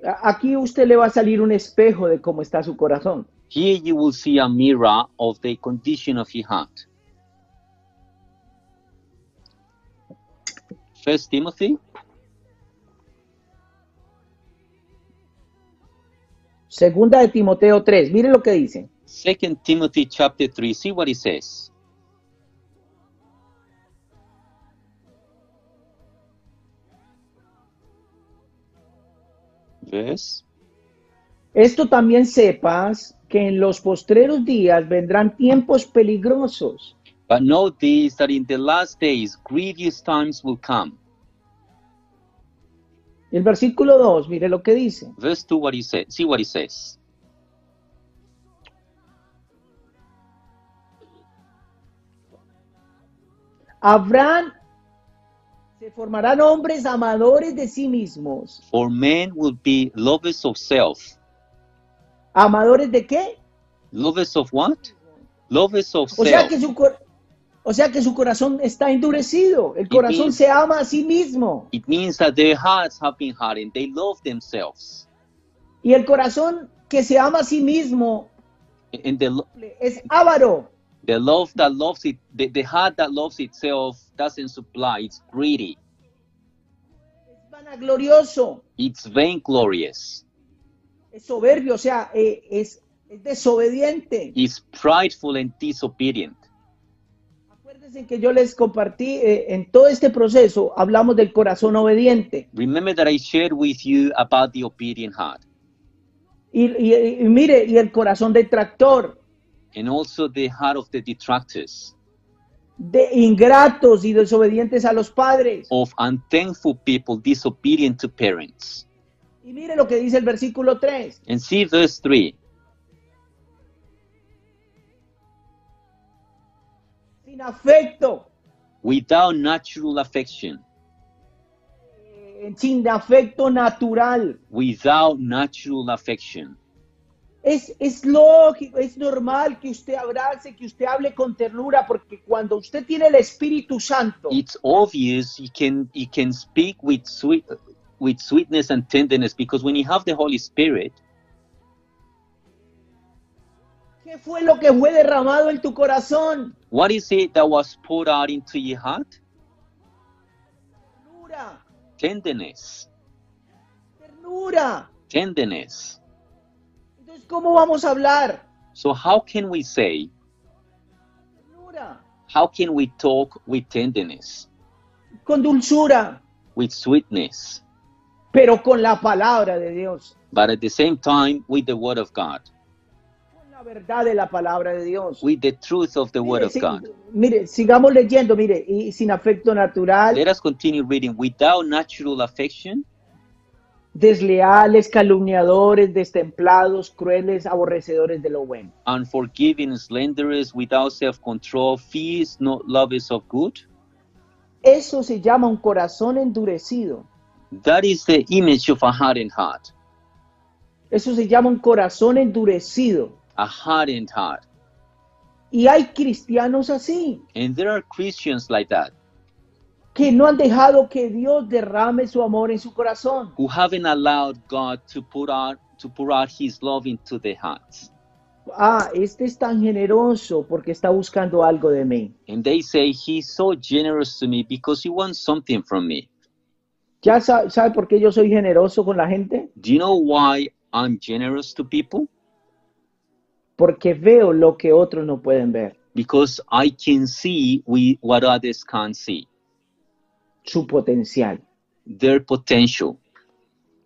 Speaker 2: A- Aquí usted le va a salir un espejo de cómo está su corazón.
Speaker 3: Here you will see a mirror of the condition of your heart. First Timothy,
Speaker 2: Segunda de Timoteo 3. Mire lo que dice.
Speaker 3: Second Timothy chapter three. See what it says. Verse.
Speaker 2: Esto también sepas que en los postreros días vendrán tiempos peligrosos,
Speaker 3: But know this that in the last days grievous times will come.
Speaker 2: El versículo 2, mire lo que dice.
Speaker 3: Verse two. What he says. See what he says.
Speaker 2: Habrán, se formarán hombres amadores de sí mismos.
Speaker 3: For men will be lovers of self.
Speaker 2: ¿Amadores de qué?
Speaker 3: Lovers of what? Lovers of
Speaker 2: O sea
Speaker 3: self.
Speaker 2: que su, cor- o sea que su corazón está endurecido. El corazón
Speaker 3: means-
Speaker 2: se ama a sí mismo.
Speaker 3: It means that their hearts have been hardened. They love themselves.
Speaker 2: Y el corazón que se ama a sí mismo
Speaker 3: And the, lo-
Speaker 2: es avaro.
Speaker 3: the love that loves it, the, the heart that loves itself doesn't supply. It's greedy.
Speaker 2: Es vanaglorioso.
Speaker 3: It's vainglorious.
Speaker 2: Es soberbio. O sea, eh, es, es desobediente.
Speaker 3: It's prideful and disobedient.
Speaker 2: Acuérdense que yo les compartí eh, en todo este proceso, hablamos del corazón obediente.
Speaker 3: Remember that I shared with you about the obedient heart
Speaker 2: Y, y- y mire, y el corazón detractor,
Speaker 3: and also the heart of the detractors,
Speaker 2: de ingratos y desobedientes a los padres.
Speaker 3: of unthankful people, disobedient to parents.
Speaker 2: Y mire lo que dice el versículo 3.
Speaker 3: And see verse 3.
Speaker 2: Sin afecto,
Speaker 3: Without natural affection,
Speaker 2: eh, sin afecto natural.
Speaker 3: without natural affection.
Speaker 2: Es, es lógico, es normal que usted abrace, que usted hable con ternura, porque cuando usted tiene el Espíritu Santo,
Speaker 3: it's obvious you can you can speak with sweet with sweetness and tenderness because when you have the holy spirit
Speaker 2: ¿qué fue lo que fue derramado en tu corazón?
Speaker 3: what is it that was poured out into your heart
Speaker 2: Ternura,
Speaker 3: tenderness
Speaker 2: ternura.
Speaker 3: tenderness
Speaker 2: Entonces, ¿cómo vamos a hablar?
Speaker 3: so how can we say
Speaker 2: Ternura.
Speaker 3: how can we talk with tenderness,
Speaker 2: con dulzura,
Speaker 3: with sweetness,
Speaker 2: pero con la palabra de Dios,
Speaker 3: but at the same time with the Word of God,
Speaker 2: con la verdad de la palabra de Dios.
Speaker 3: with the truth of the Word
Speaker 2: Mire,
Speaker 3: of
Speaker 2: si-
Speaker 3: God?
Speaker 2: mire, sigamos leyendo, mire, y sin afecto natural,
Speaker 3: Let us continue reading. Without natural affection,
Speaker 2: desleales, calumniadores, destemplados, crueles, aborrecedores de lo bueno.
Speaker 3: unforgiving, slanderers, without self control, fierce, not lovers of good.
Speaker 2: Eso se llama un corazón endurecido.
Speaker 3: That is the image of a hardened heart.
Speaker 2: Eso se llama un corazón endurecido.
Speaker 3: A hardened heart.
Speaker 2: Y hay cristianos así,
Speaker 3: And there are Christians like that
Speaker 2: que no han dejado que Dios derrame su amor en su corazón.
Speaker 3: who haven't allowed God to pour out to pour out his love into their hearts.
Speaker 2: Ah, este es tan generoso porque está buscando algo de mí.
Speaker 3: And they say he's so generous to me because he wants something from me.
Speaker 2: ¿Ya sa- sabe por qué yo soy generoso con la gente?
Speaker 3: Do you know why I'm generous to people?
Speaker 2: Porque veo lo que otros no pueden ver,
Speaker 3: Because I can see we, what others can't see,
Speaker 2: su potencial,
Speaker 3: their potential,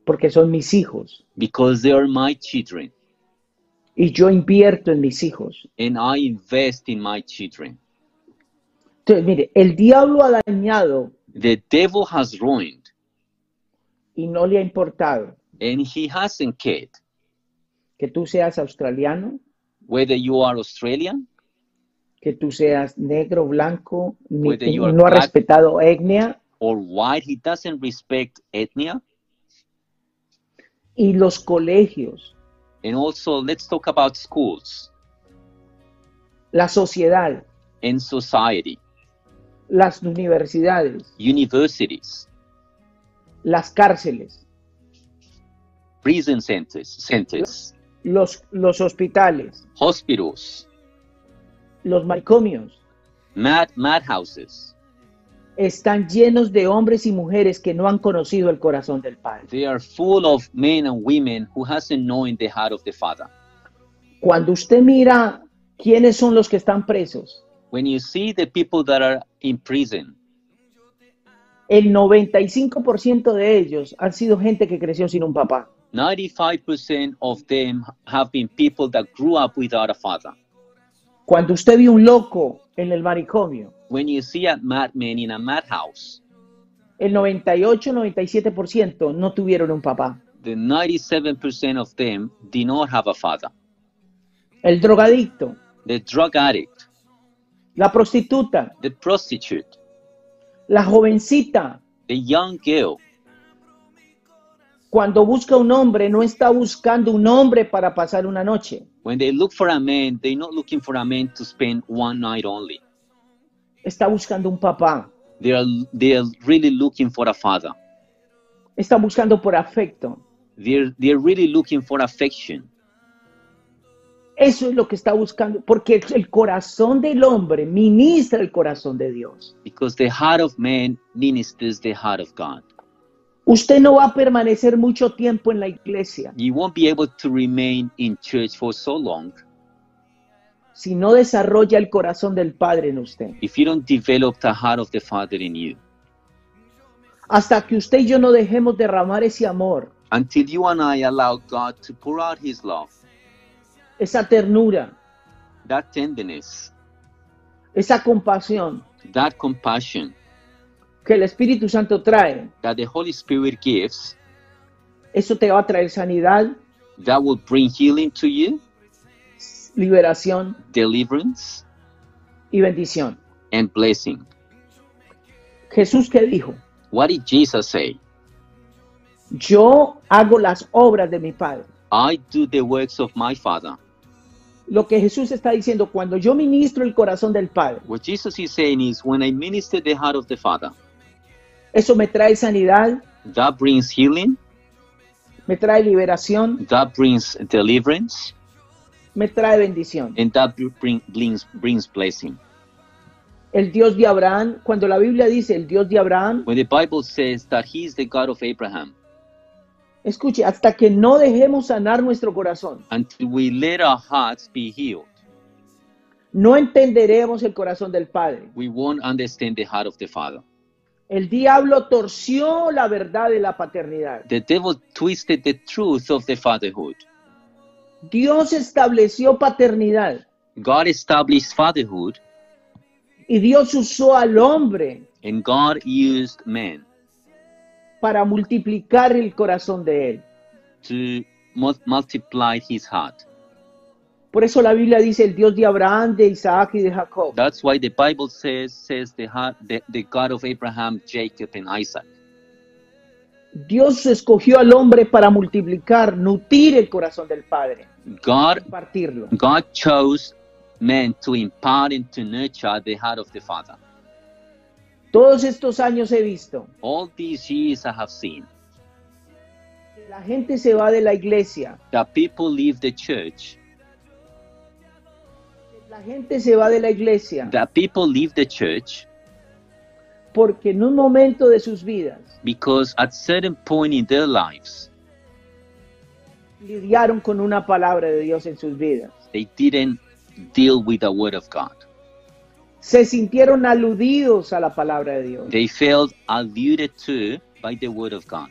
Speaker 2: porque son mis hijos
Speaker 3: because they are my children
Speaker 2: y yo invierto en mis hijos.
Speaker 3: and I invest in my children.
Speaker 2: Entonces, mire, el diablo ha dañado
Speaker 3: The devil has ruined
Speaker 2: y no le ha importado
Speaker 3: and he hasn't cared
Speaker 2: que tú seas australiano,
Speaker 3: whether you are Australian,
Speaker 2: que tú seas negro, blanco, ni-
Speaker 3: Whether you are
Speaker 2: no ha
Speaker 3: black.
Speaker 2: respetado etnia
Speaker 3: or white. He doesn't respect ethnia.
Speaker 2: y los colegios,
Speaker 3: And also, let's talk about schools
Speaker 2: la sociedad,
Speaker 3: and society,
Speaker 2: las universidades,
Speaker 3: universities,
Speaker 2: las cárceles,
Speaker 3: prison centers, centers,
Speaker 2: los, los hospitales,
Speaker 3: hospitals,
Speaker 2: los manicomios,
Speaker 3: mad madhouses.
Speaker 2: están llenos de hombres y mujeres que no han conocido el corazón del Padre.
Speaker 3: They are full of men and women who hasn't known the heart of the Father.
Speaker 2: Cuando usted mira quiénes son los que están presos,
Speaker 3: When you see the people that are in prison,
Speaker 2: el 95% de ellos han sido gente que creció sin un papá.
Speaker 3: 95% of them have been people that grew up without a father.
Speaker 2: Cuando usted vio un loco en el manicomio,
Speaker 3: When you see a madman in a madhouse,
Speaker 2: el 98-97% no tuvieron un papá.
Speaker 3: the 97% of them did not have a father.
Speaker 2: El drogadicto,
Speaker 3: The drug addict,
Speaker 2: la prostituta,
Speaker 3: the prostitute,
Speaker 2: la jovencita,
Speaker 3: the young girl,
Speaker 2: cuando busca un hombre, no está buscando un hombre para pasar una noche.
Speaker 3: when they look for a man, they're not looking for a man to spend one night only.
Speaker 2: Está buscando un papá.
Speaker 3: They are, they are really looking for a father.
Speaker 2: Está buscando por afecto.
Speaker 3: They're, they're really looking for affection.
Speaker 2: Eso es lo que está buscando, porque el- el corazón del hombre ministra el corazón de Dios.
Speaker 3: because the heart of man ministers the heart of God.
Speaker 2: Usted no va a permanecer mucho tiempo en la iglesia
Speaker 3: You won't be able to remain in church for so long
Speaker 2: si no desarrolla el corazón del Padre en usted.
Speaker 3: if you don't develop the heart of the Father in you.
Speaker 2: Hasta que usted y yo no dejemos derramar ese amor,
Speaker 3: Until you and I allow God to pour out His love,
Speaker 2: esa ternura,
Speaker 3: that tenderness,
Speaker 2: esa compasión
Speaker 3: that compassion
Speaker 2: que el Espíritu Santo trae,
Speaker 3: that the Holy Spirit gives,
Speaker 2: eso te va a traer sanidad,
Speaker 3: that will bring healing to you,
Speaker 2: liberación
Speaker 3: deliverance,
Speaker 2: y bendición.
Speaker 3: and blessing.
Speaker 2: Jesús que dijo,
Speaker 3: What did Jesus say?
Speaker 2: yo hago las obras de mi Padre.
Speaker 3: I do the works of my Father.
Speaker 2: Lo que Jesús está diciendo, cuando yo ministro el corazón del Padre,
Speaker 3: What Jesus is saying is, when I minister the heart of the Father,
Speaker 2: eso me trae sanidad,
Speaker 3: that brings healing,
Speaker 2: me trae liberación,
Speaker 3: that brings deliverance
Speaker 2: me trae bendición.
Speaker 3: and that bring, brings, brings blessing.
Speaker 2: El Dios de Abraham, cuando la Biblia dice el Dios de Abraham,
Speaker 3: When the Bible says that He is the God of Abraham,
Speaker 2: escuche, hasta que no dejemos sanar nuestro corazón,
Speaker 3: until we let our hearts be healed,
Speaker 2: no entenderemos el corazón del Padre.
Speaker 3: We won't understand the heart of the Father.
Speaker 2: El diablo torció la verdad de la paternidad.
Speaker 3: The devil twisted the truth of the fatherhood.
Speaker 2: Dios estableció paternidad
Speaker 3: God established fatherhood
Speaker 2: y Dios usó al hombre
Speaker 3: and God used man
Speaker 2: para multiplicar el corazón de él.
Speaker 3: to mu- multiply his heart.
Speaker 2: Por eso la Biblia dice el Dios de Abraham, de Isaac y de Jacob.
Speaker 3: That's why the Bible says says the heart the, the God of Abraham, Jacob and Isaac.
Speaker 2: Dios escogió al hombre para multiplicar, nutrir el corazón del Padre,
Speaker 3: God
Speaker 2: compartirlo.
Speaker 3: God chose man to impart and to nurture the heart of the Father.
Speaker 2: Todos estos años he visto
Speaker 3: All these years I have seen
Speaker 2: que la gente se va de la iglesia,
Speaker 3: that people leave the church,
Speaker 2: la gente se va de la iglesia
Speaker 3: that people leave the church
Speaker 2: porque en un momento de sus vidas
Speaker 3: because at certain point in their lives
Speaker 2: lidiaron con una palabra de Dios en sus vidas.
Speaker 3: they didn't deal with the word of God.
Speaker 2: Se sintieron aludidos a la palabra de Dios.
Speaker 3: They felt alluded to by the word of God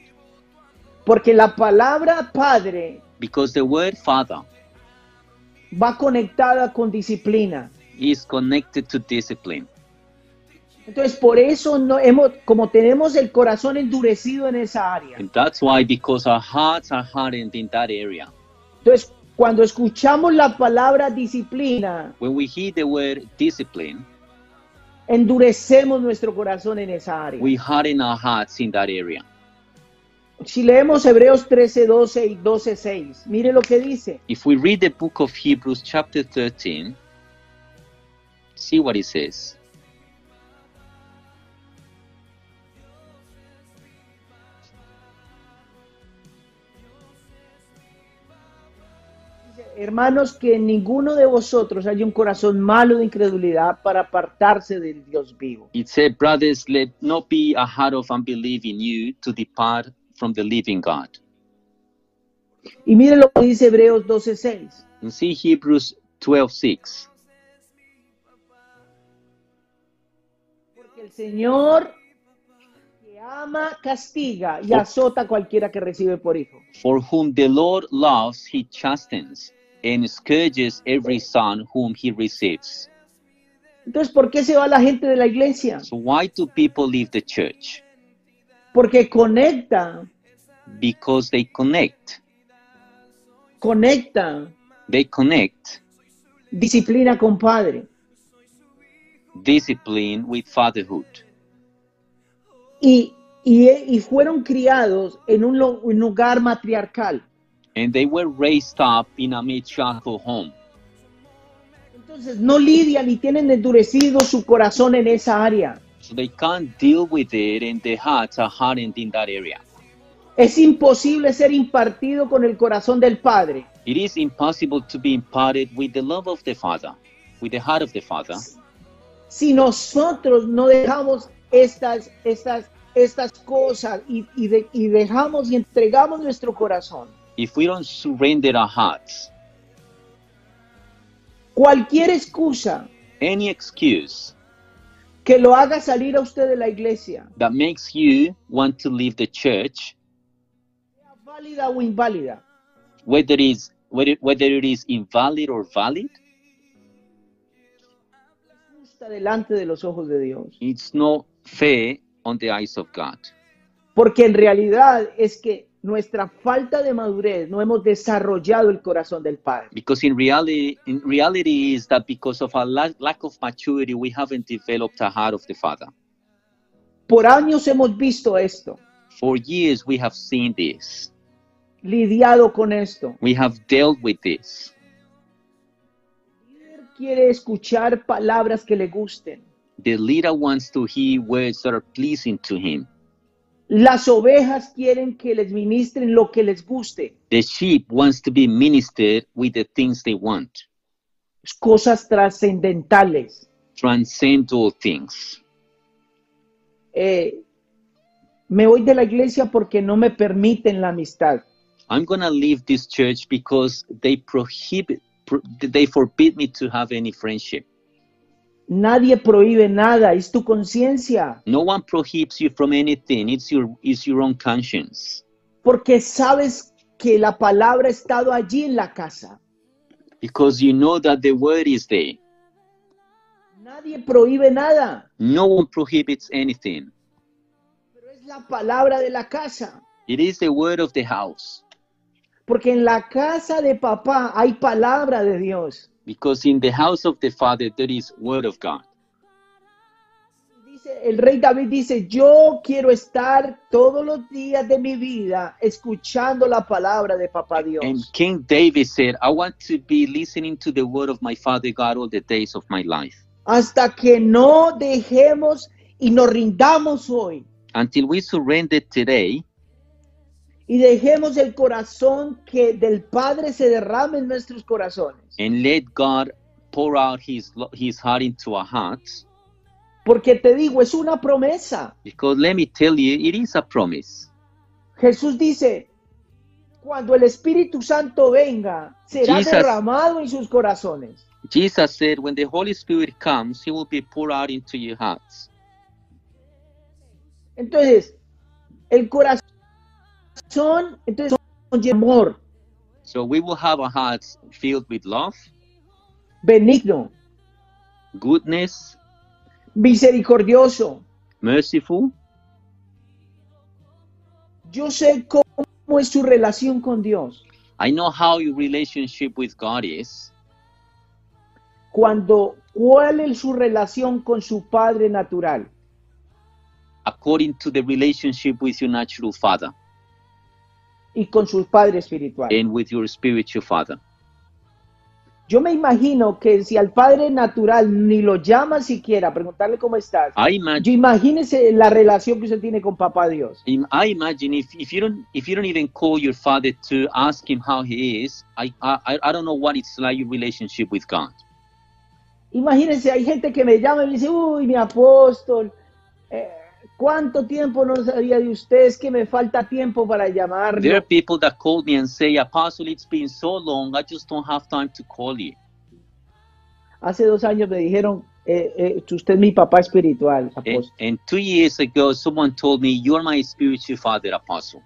Speaker 2: Porque la palabra padre
Speaker 3: because the word father
Speaker 2: va conectada con disciplina.
Speaker 3: is connected to discipline.
Speaker 2: Entonces, por eso no hemos, como tenemos el corazón endurecido en esa área.
Speaker 3: And that's why because our hearts are hardened in that area.
Speaker 2: Entonces, cuando escuchamos la palabra disciplina,
Speaker 3: When we hear the word discipline,
Speaker 2: endurecemos nuestro corazón en esa área.
Speaker 3: we harden our hearts in that area.
Speaker 2: Si leemos Hebreos 13, 12 y 12, 6, mire lo que dice.
Speaker 3: If we read the book of Hebrews chapter 13, see what it says.
Speaker 2: Dice, Hermanos, que en ninguno de vosotros haya un corazón malo de incredulidad para apartarse del Dios vivo.
Speaker 3: It said, Brothers, let not be a heart of unbelief in you to depart from the living God.
Speaker 2: Y mire lo que dice Hebreos 12, 6.
Speaker 3: And see Hebrews 12 6.
Speaker 2: Porque el Señor que ama, castiga y azota a cualquiera que recibe por hijo.
Speaker 3: For whom the Lord loves, he chastens and scourges every son whom he receives.
Speaker 2: Entonces, ¿por qué se va la gente de la iglesia?
Speaker 3: So, why do people leave the church?
Speaker 2: Porque conecta,
Speaker 3: Because they connect.
Speaker 2: conecta
Speaker 3: They connect
Speaker 2: disciplina con padre.
Speaker 3: discipline with fatherhood.
Speaker 2: Y, y, y fueron criados en un, lo- un lugar matriarcal.
Speaker 3: And they were raised up in a matriarchal home.
Speaker 2: Entonces, no lidian y tienen endurecido su corazón en esa área.
Speaker 3: So, they can't deal with it, and their hearts are hardened in that area.
Speaker 2: Es imposible ser impartido con el corazón del padre
Speaker 3: It is impossible to be imparted with the love of the Father, with the heart of the Father,
Speaker 2: si nosotros no dejamos estas, estas, estas cosas y, y de- y dejamos y entregamos nuestro corazón,
Speaker 3: if we don't surrender our hearts.
Speaker 2: cualquier excusa
Speaker 3: Any excuse
Speaker 2: que lo haga salir a usted de la iglesia,
Speaker 3: that makes you want to leave the church,
Speaker 2: sea válida o inválida,
Speaker 3: whether it is whether, whether it is invalid or valid,
Speaker 2: es justa delante de los ojos de Dios.
Speaker 3: it's not fair on the eyes of God.
Speaker 2: Porque en realidad es que nuestra falta de madurez no hemos desarrollado el corazón del Padre.
Speaker 3: Because in reality, in reality is that because of our la- lack of maturity, we haven't developed a heart of the Father.
Speaker 2: Por años hemos visto esto,
Speaker 3: For years, we have seen this.
Speaker 2: lidiado con esto.
Speaker 3: We have dealt with this.
Speaker 2: Quiere escuchar palabras que le gusten.
Speaker 3: The leader wants to hear words that are pleasing to him.
Speaker 2: Las ovejas quieren que les ministren lo que les guste,
Speaker 3: The sheep wants to be ministered with the things they want,
Speaker 2: cosas trascendentales.
Speaker 3: transcend all things.
Speaker 2: Eh, me voy de la iglesia porque no me permiten la amistad.
Speaker 3: I'm going to leave this church because they prohibit pr- they forbid me to have any friendship.
Speaker 2: Nadie prohíbe nada, es tu conciencia,
Speaker 3: No one prohibits you from anything. It's your it's your own conscience
Speaker 2: porque sabes que la palabra ha estado allí en la casa.
Speaker 3: because you know that the word is there.
Speaker 2: Nadie prohíbe nada,
Speaker 3: No one prohibits anything.
Speaker 2: pero es la palabra de la casa,
Speaker 3: It is the word of the house
Speaker 2: porque en la casa de papá hay palabra de Dios.
Speaker 3: because in the house of the Father there is word of God.
Speaker 2: Dice- el rey David dice, yo quiero estar todos los días de mi vida escuchando la palabra de papá
Speaker 3: And
Speaker 2: Dios.
Speaker 3: King David said, "I want to be listening to the word of my Father God all the days of my life."
Speaker 2: Hasta que no dejemos y nos rindamos hoy
Speaker 3: Until we surrender today
Speaker 2: y dejemos el corazón que del Padre se derrame en nuestros corazones.
Speaker 3: and let God pour out his lo- his heart into our hearts
Speaker 2: Porque te digo, es una promesa.
Speaker 3: because let me tell you it is a promise.
Speaker 2: Jesús dice, cuando el Espíritu Santo venga, será
Speaker 3: Jesus.
Speaker 2: derramado en sus corazones.
Speaker 3: Jesus said, When the Holy Spirit comes, He will be poured out into your hearts.
Speaker 2: Entonces, el corazón, entonces, con amor,
Speaker 3: So we will have our hearts filled with love,
Speaker 2: benigno,
Speaker 3: goodness,
Speaker 2: misericordioso.
Speaker 3: merciful.
Speaker 2: Yo sé cómo es su relación con Dios.
Speaker 3: I know how your relationship with God is.
Speaker 2: Cuando, ¿cuál es su relación con su Padre natural?
Speaker 3: According to the relationship with your natural father
Speaker 2: Y con su Padre espiritual.
Speaker 3: and with your spiritual father.
Speaker 2: Yo me imagino que si al Padre natural ni lo llama siquiera, preguntarle cómo estás.
Speaker 3: I
Speaker 2: Yo
Speaker 3: imagine,
Speaker 2: imagínese la relación que usted tiene con Papá Dios.
Speaker 3: I imagine if, if you don't if you don't even call your father to ask him how he is, I I, I don't know what it's like your relationship with God.
Speaker 2: Imagínense, hay gente que me llama y me dice, uy, mi apóstol, eh, ¿cuánto tiempo no sabía de usted? Es que me falta tiempo para
Speaker 3: There are
Speaker 2: llamarlo.
Speaker 3: people that call me and say, Apostle, it's been so long, I just don't have time to call you.
Speaker 2: Hace dos años me dijeron, eh, eh, usted es mi papá espiritual,
Speaker 3: And,
Speaker 2: apóstol.
Speaker 3: and two years ago, someone told me, You're my spiritual father, Apostle.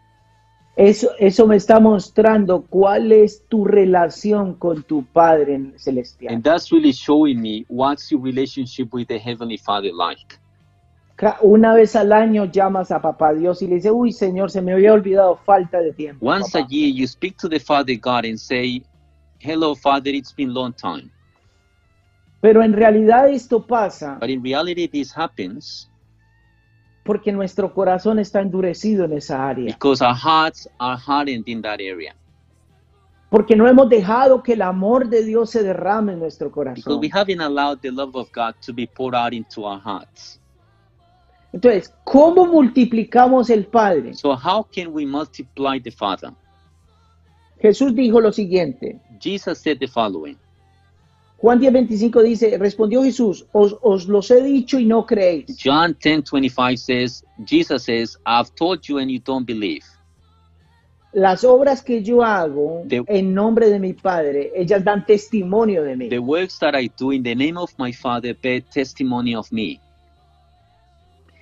Speaker 2: Eso, eso me está mostrando cuál es tu relación con tu Padre Celestial.
Speaker 3: And that's really showing me what's your relationship with the Heavenly Father like.
Speaker 2: Ca- Una vez al año llamas a papá Dios y le dices, uy, Señor, se me había olvidado, falta de tiempo.
Speaker 3: Once
Speaker 2: papá".
Speaker 3: a year, you speak to the Father God and say, Hello, Father, it's been long time.
Speaker 2: Pero en realidad esto pasa
Speaker 3: But in reality, this happens
Speaker 2: porque nuestro corazón está endurecido en esa área,
Speaker 3: because our hearts are hardened in that area.
Speaker 2: porque no hemos dejado que el amor de Dios se derrame en nuestro
Speaker 3: Because
Speaker 2: corazón.
Speaker 3: we haven't allowed the love of God to be poured out into our hearts.
Speaker 2: Entonces, ¿cómo multiplicamos el Padre?
Speaker 3: So, how can we multiply the Father?
Speaker 2: Jesús dijo lo siguiente.
Speaker 3: Jesus said the following
Speaker 2: Juan 10:25 dice, respondió Jesús, os, os los he dicho y no creéis.
Speaker 3: John 10 25 says, Jesus says, I've told you and you don't believe.
Speaker 2: Las obras que yo hago
Speaker 3: De-
Speaker 2: en nombre de mi Padre, ellas dan testimonio de mí.
Speaker 3: The works that I do in the name of my Father bear testimony of me.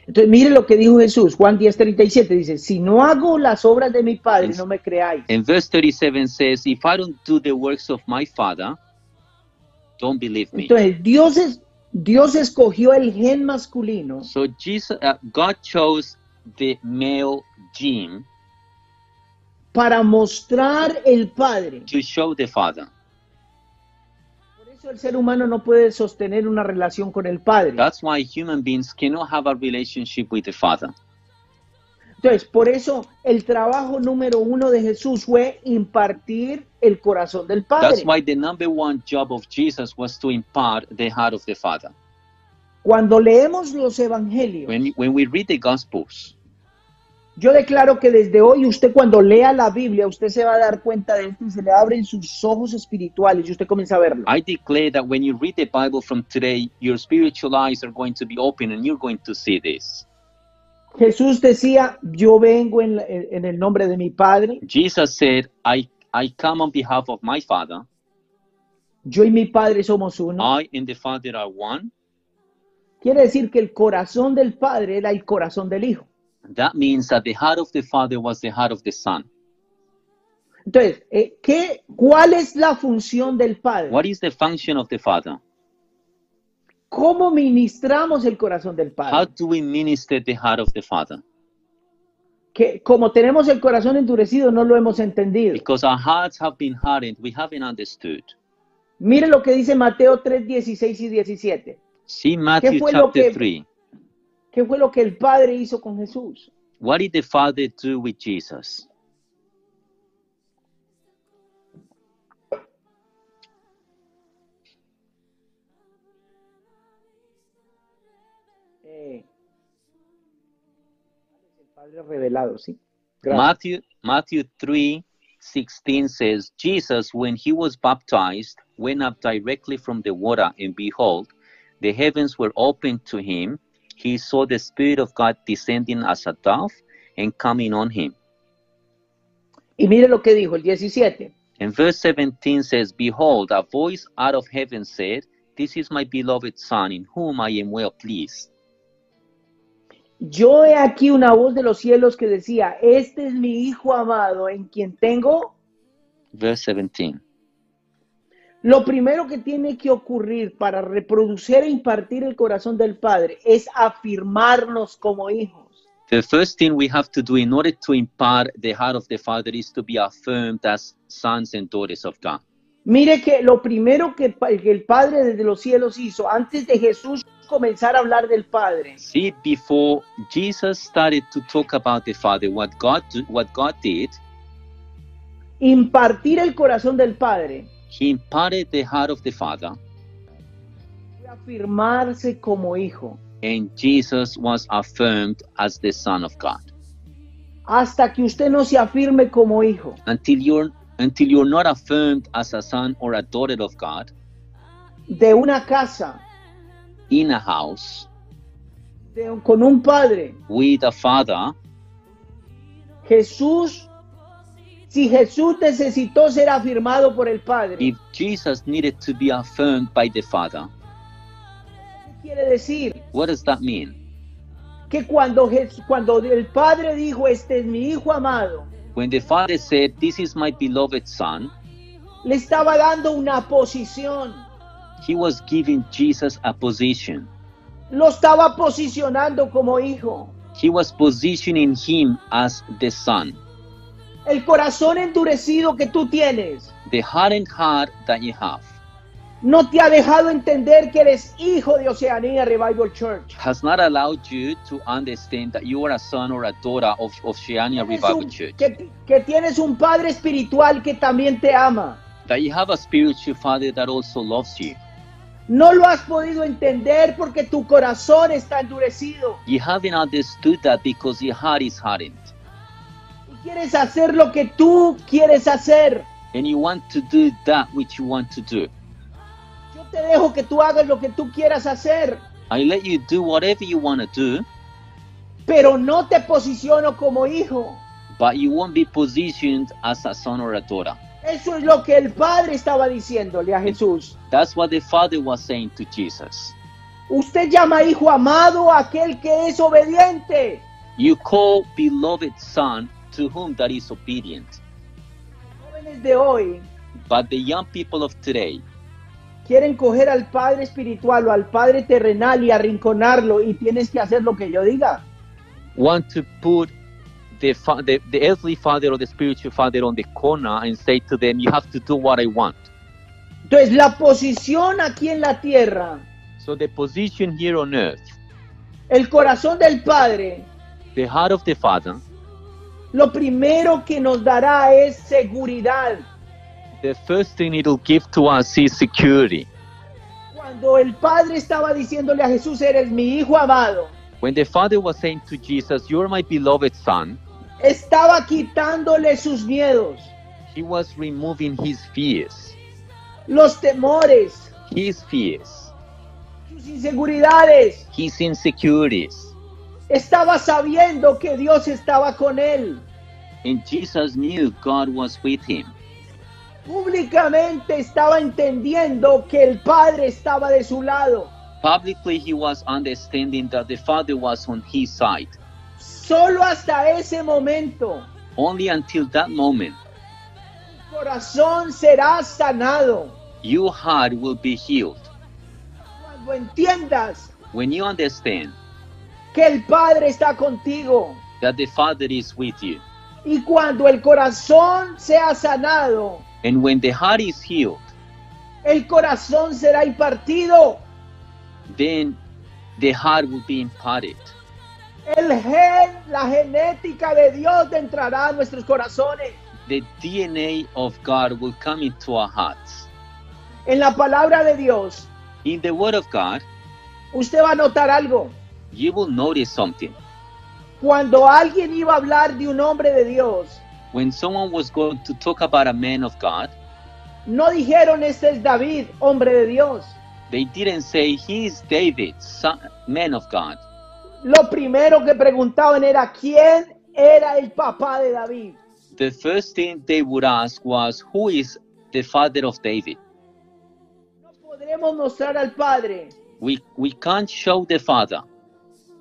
Speaker 2: Entonces, mire lo que dijo Jesús, Juan 10:37 dice, si no hago las obras de mi Padre, no me creáis.
Speaker 3: And verse 37 says, If I don't do the works of my Father, don't believe me.
Speaker 2: Entonces, Dios, es, Dios escogió el gen masculino
Speaker 3: So Jesus, uh, God chose the male gene
Speaker 2: para mostrar el Padre.
Speaker 3: to show the Father.
Speaker 2: Por eso el ser humano no puede sostener una relación con el Padre.
Speaker 3: That's why human beings cannot have a relationship with the Father.
Speaker 2: Entonces, por eso el trabajo número uno de Jesús fue impartir el corazón del Padre.
Speaker 3: That's why the number one job of Jesus was to impart the heart of the Father.
Speaker 2: Cuando leemos los evangelios,
Speaker 3: When, when we read the Gospels,
Speaker 2: yo declaro que desde hoy usted cuando lea la Biblia, usted se va a dar cuenta de esto y se le abren sus ojos espirituales y usted comienza a verlo.
Speaker 3: I declare that when you read the Bible from today, your spiritual eyes are going to be open and you're going to see this.
Speaker 2: Jesús decía, yo vengo en la- en el nombre de mi Padre.
Speaker 3: Jesus said, I, I come on behalf of my Father,
Speaker 2: Yo y mi Padre somos uno.
Speaker 3: I and the Father are one.
Speaker 2: Quiere decir que el corazón del Padre era el corazón del Hijo.
Speaker 3: That means that the heart of the Father was the heart of the Son.
Speaker 2: Entonces, eh, ¿qué, ¿cuál es la función del Padre?
Speaker 3: What is the function of the Father?
Speaker 2: ¿Cómo ministramos el corazón del
Speaker 3: How
Speaker 2: Padre?
Speaker 3: do we minister the heart of the Father?
Speaker 2: Que como tenemos el corazón endurecido, no lo hemos entendido.
Speaker 3: Because our hearts have been hardened, we haven't understood.
Speaker 2: Mire lo que dice Mateo 3, 16 y 17.
Speaker 3: See Matthew
Speaker 2: fue lo
Speaker 3: chapter
Speaker 2: que-
Speaker 3: 3.
Speaker 2: ¿Qué fue lo que el Padre hizo con Jesús?
Speaker 3: What did the Father do with Jesus?
Speaker 2: Eh, el Padre revelado, ¿sí? Gracias.
Speaker 3: Matthew Matthew 3 16 says, Jesus, when he was baptized, went up directly from the water, and behold, the heavens were opened to him. He saw the Spirit of God descending as a dove and coming on him.
Speaker 2: Y mire lo que dijo el 17.
Speaker 3: And verse 17 says, Behold, a voice out of heaven said, This is my beloved Son, in whom I am well pleased.
Speaker 2: Yo he aquí una voz de los cielos que decía, este es mi Hijo amado en quien tengo.
Speaker 3: Verse 17.
Speaker 2: Lo primero que tiene que ocurrir para reproducir e impartir el corazón del Padre es afirmarnos como hijos.
Speaker 3: The first thing we have to do in order to impart the heart of the Father is to be affirmed as sons and daughters of God.
Speaker 2: Mire que lo primero que, pa- que el Padre desde los cielos hizo, antes de Jesús comenzar a hablar del Padre,
Speaker 3: See, before Jesus started to talk about the Father, what God do- what God did,
Speaker 2: impartir el corazón del Padre,
Speaker 3: He imparted the heart of the Father,
Speaker 2: fue afirmarse como hijo,
Speaker 3: and Jesus was affirmed as the Son of God.
Speaker 2: hasta que usted no se afirme como hijo.
Speaker 3: Until you're until you're not affirmed as a son or a daughter of God
Speaker 2: de una casa
Speaker 3: in a house
Speaker 2: de un- con un padre.
Speaker 3: with a father,
Speaker 2: Jesús, si Jesús necesitó ser afirmado por el Padre,
Speaker 3: if Jesus needed to be affirmed by the Father,
Speaker 2: ¿qué quiere decir?
Speaker 3: what does that mean?
Speaker 2: Que cuando, Jes- cuando el Padre dijo, este es mi Hijo amado,
Speaker 3: When the Father said, "This is my beloved Son,"
Speaker 2: le estaba dando una posición,
Speaker 3: He was giving Jesus a position.
Speaker 2: lo estaba posicionando como hijo.
Speaker 3: He was positioning him as the son.
Speaker 2: El corazón endurecido que tú tienes
Speaker 3: The hardened heart that you have
Speaker 2: no te ha dejado entender que eres hijo de Oceanía Revival Church.
Speaker 3: has not allowed you to understand that you are a son or a daughter of Oceania
Speaker 2: Tienes
Speaker 3: Revival
Speaker 2: un-
Speaker 3: Church.
Speaker 2: que- que tienes un Padre espiritual que también te ama.
Speaker 3: That you have a spiritual father that also loves you.
Speaker 2: No lo has podido entender porque tu corazón está endurecido
Speaker 3: You haven't understood that because your heart is hardened.
Speaker 2: y quieres hacer lo que tú quieres hacer.
Speaker 3: And you want to do that which you want to do.
Speaker 2: Yo te dejo que tú hagas lo que tú quieras hacer,
Speaker 3: I let you do whatever you want to do,
Speaker 2: pero no te posiciono como hijo.
Speaker 3: but you won't be positioned as a son or a daughter.
Speaker 2: Eso es lo que el padre estaba diciéndole a Jesús.
Speaker 3: That's what the father was saying to Jesus.
Speaker 2: Usted llama hijo amado a aquel que es obediente.
Speaker 3: You call beloved son to whom that is obedient.
Speaker 2: Jóvenes de hoy
Speaker 3: But the young people of today,
Speaker 2: quieren coger al padre espiritual o al padre terrenal y arrinconarlo y tienes que hacer lo que yo diga.
Speaker 3: want to put the, fa- the, the earthly father or the spiritual father on the corner and say to them, You have to do what I want.
Speaker 2: Entonces la posición aquí en la tierra
Speaker 3: So the position here on earth,
Speaker 2: El corazón del Padre,
Speaker 3: the heart of the father,
Speaker 2: lo primero que nos dará es seguridad.
Speaker 3: the first thing it'll give to us is security.
Speaker 2: Cuando el Padre estaba diciéndole a Jesús, eres mi hijo amado,
Speaker 3: When the father was saying to Jesus, You're my beloved son,
Speaker 2: estaba quitándole sus miedos,
Speaker 3: he was removing his fears,
Speaker 2: los temores,
Speaker 3: his fears,
Speaker 2: sus inseguridades.
Speaker 3: his insecurities.
Speaker 2: Estaba sabiendo que Dios estaba con él.
Speaker 3: And Jesus knew God was with him.
Speaker 2: Públicamente estaba entendiendo que el Padre estaba de su lado.
Speaker 3: Publicly, he was understanding that the Father was on his side.
Speaker 2: Solo hasta ese momento
Speaker 3: Only until that moment,
Speaker 2: tu corazón será sanado.
Speaker 3: your heart will be healed.
Speaker 2: Cuando entiendas
Speaker 3: When you understand
Speaker 2: que el Padre está contigo
Speaker 3: that the Father is with you,
Speaker 2: y cuando el corazón sea sanado,
Speaker 3: and when the heart is healed,
Speaker 2: el corazón será impartido.
Speaker 3: then the heart will be imparted.
Speaker 2: El gen, la genética de Dios entrará a nuestros corazones.
Speaker 3: The DNA of God will come into our hearts.
Speaker 2: En la palabra de Dios,
Speaker 3: In the Word of God,
Speaker 2: usted va a notar algo.
Speaker 3: you will notice something.
Speaker 2: Cuando alguien iba a hablar de un hombre de Dios,
Speaker 3: When someone was going to talk about a man of God,
Speaker 2: no dijeron este es David, hombre de Dios.
Speaker 3: they didn't say, He is David, son, man of God.
Speaker 2: Lo primero que preguntaban era quién era el papá de David.
Speaker 3: The first thing they would ask was, Who is the father of David?
Speaker 2: No podremos mostrar al Padre
Speaker 3: We, we can't show the father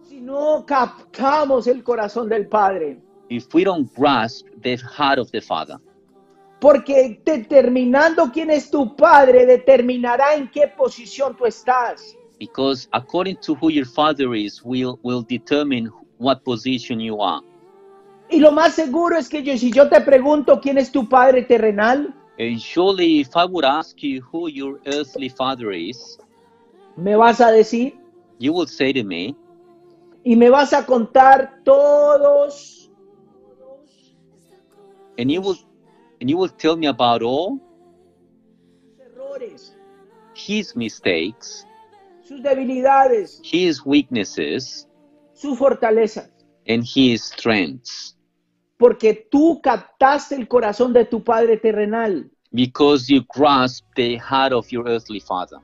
Speaker 2: si no captamos el corazón del Padre.
Speaker 3: if we don't grasp the heart of the father.
Speaker 2: Porque determinando quién es tu Padre determinará en qué posición tú estás.
Speaker 3: Because according to who your father is, will, will determine what position you are.
Speaker 2: Y lo más seguro es que yo, si yo te pregunto quién es tu Padre terrenal,
Speaker 3: And surely, if I would ask you who your earthly father is,
Speaker 2: me vas a decir
Speaker 3: you will say to me,
Speaker 2: y me vas a contar todos
Speaker 3: and you will, and you will tell me about all
Speaker 2: sus errores,
Speaker 3: his mistakes,
Speaker 2: sus debilidades,
Speaker 3: his weaknesses,
Speaker 2: sus fortalezas.
Speaker 3: and his strengths,
Speaker 2: Porque tú captaste el corazón de tu Padre terrenal.
Speaker 3: because you grasp the heart of your earthly father.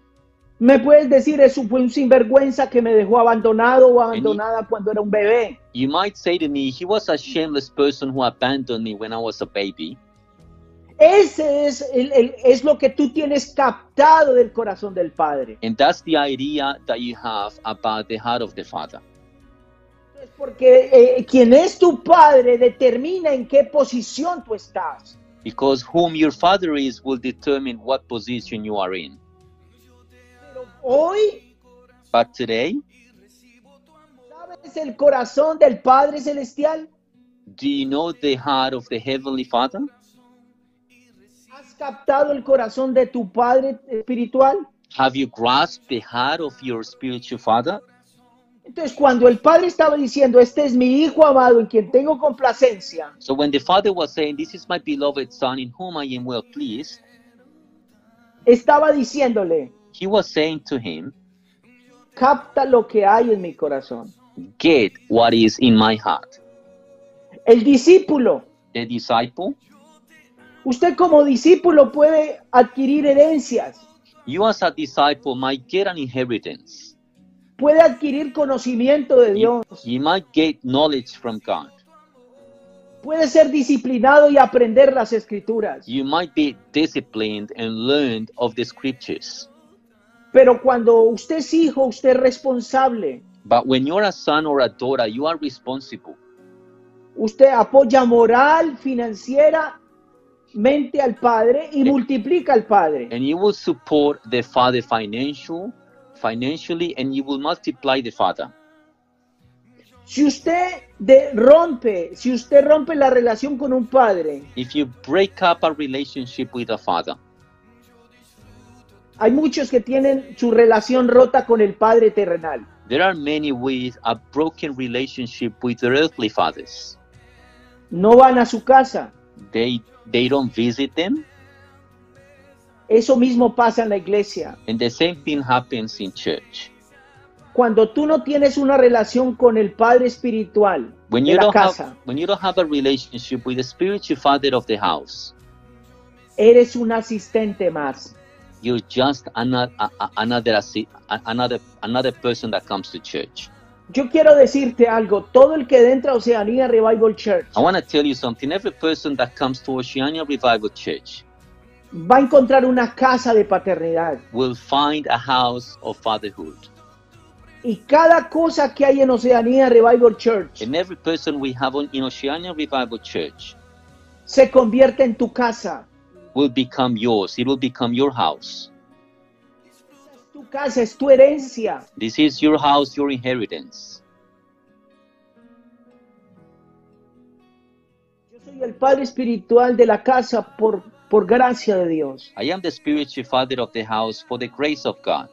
Speaker 2: Me puedes decir, eso fue un sinvergüenza que me dejó abandonado o abandonada cuando era un bebé.
Speaker 3: You might say to me, he was a shameless person who abandoned me when I was a baby.
Speaker 2: Ese es, el- el- es lo que tú tienes captado del corazón del Padre.
Speaker 3: And that's the idea that you have about the heart of the father.
Speaker 2: Es porque eh, quien es tu Padre determina en qué posición tú estás.
Speaker 3: Because whom your father is will determine what position you are in.
Speaker 2: Pero hoy,
Speaker 3: But today,
Speaker 2: ¿sabes el corazón del Padre Celestial?
Speaker 3: do you know the heart of the heavenly father?
Speaker 2: ¿Has captado el corazón de tu Padre espiritual?
Speaker 3: Have you grasped the heart of your spiritual father?
Speaker 2: Entonces, cuando el Padre estaba diciendo, este es mi Hijo amado en quien tengo complacencia,
Speaker 3: So when the father was saying, This is my beloved son in whom I am well pleased,
Speaker 2: estaba diciéndole,
Speaker 3: he was saying to him,
Speaker 2: capta lo que hay en mi corazón.
Speaker 3: Get what is in my heart.
Speaker 2: El discípulo,
Speaker 3: The disciple,
Speaker 2: usted como discípulo puede adquirir herencias,
Speaker 3: you as a disciple might get an inheritance.
Speaker 2: puede adquirir conocimiento de
Speaker 3: You,
Speaker 2: Dios,
Speaker 3: you might get knowledge from God.
Speaker 2: puede ser disciplinado y aprender las escrituras.
Speaker 3: You might be disciplined and learned of the scriptures.
Speaker 2: Pero cuando usted es hijo, usted es responsable,
Speaker 3: But when you're a son or a daughter, you are responsible.
Speaker 2: usted apoya moral, financiera, mente al Padre y
Speaker 3: Sí.
Speaker 2: multiplica al Padre.
Speaker 3: And you will support the father financial, financially, and you will multiply the father.
Speaker 2: Si usted de- rompe, si usted rompe la relación con un padre,
Speaker 3: If you break up a relationship with a father,
Speaker 2: hay muchos que tienen su relación rota con el padre terrenal.
Speaker 3: there are many with a broken relationship with their earthly fathers.
Speaker 2: No van a su casa.
Speaker 3: They they don't visit them,
Speaker 2: Eso mismo pasa en la iglesia.
Speaker 3: and the same thing happens in church.
Speaker 2: Cuando tú no tienes una relación con el padre espiritual
Speaker 3: When
Speaker 2: de
Speaker 3: you
Speaker 2: la
Speaker 3: don't
Speaker 2: casa,
Speaker 3: have when you don't have a relationship with the spiritual father of the house,
Speaker 2: eres un asistente más.
Speaker 3: you're just another another assi- a- another another person that comes to church.
Speaker 2: Yo quiero decirte algo. Todo el que entra a Oceanía Revival Church
Speaker 3: I want to tell you something. Every person that comes to Oceania Revival Church
Speaker 2: va a encontrar una casa de paternidad.
Speaker 3: will find a house of fatherhood.
Speaker 2: Y cada cosa que hay en Oceanía Revival Church
Speaker 3: And every person we have on, in Oceania Revival Church
Speaker 2: se convierte en tu casa.
Speaker 3: will become yours. It will become your house.
Speaker 2: Es tu casa, es tu herencia.
Speaker 3: This is your house, your inheritance.
Speaker 2: Yo soy el padre espiritual de la casa por, por gracia de Dios,
Speaker 3: I am the spiritual father of the house for the grace of God,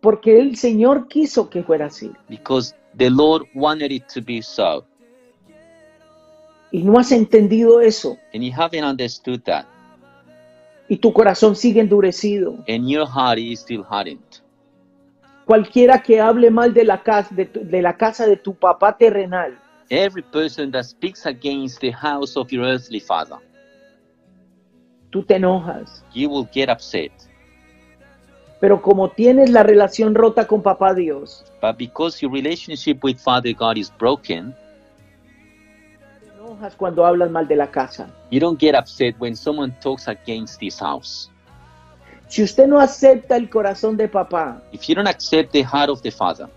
Speaker 2: porque el Señor quiso que fuera así.
Speaker 3: because the Lord wanted it to be so.
Speaker 2: Y no has entendido eso.
Speaker 3: And you haven't understood that,
Speaker 2: Y tu corazón sigue endurecido.
Speaker 3: and your heart is still hardened.
Speaker 2: Cualquiera que hable mal de la casa de, tu- de la casa de tu papá terrenal,
Speaker 3: Every person that speaks against the house of your earthly father,
Speaker 2: tú te enojas.
Speaker 3: you will get upset.
Speaker 2: Pero como tienes la relación rota con papá Dios,
Speaker 3: But because your relationship with Father God is broken,
Speaker 2: te enojas cuando hablas mal de la casa.
Speaker 3: you don't get upset when someone talks against this house.
Speaker 2: Si usted no acepta el corazón de papá,
Speaker 3: If you don't accept the heart of the Father,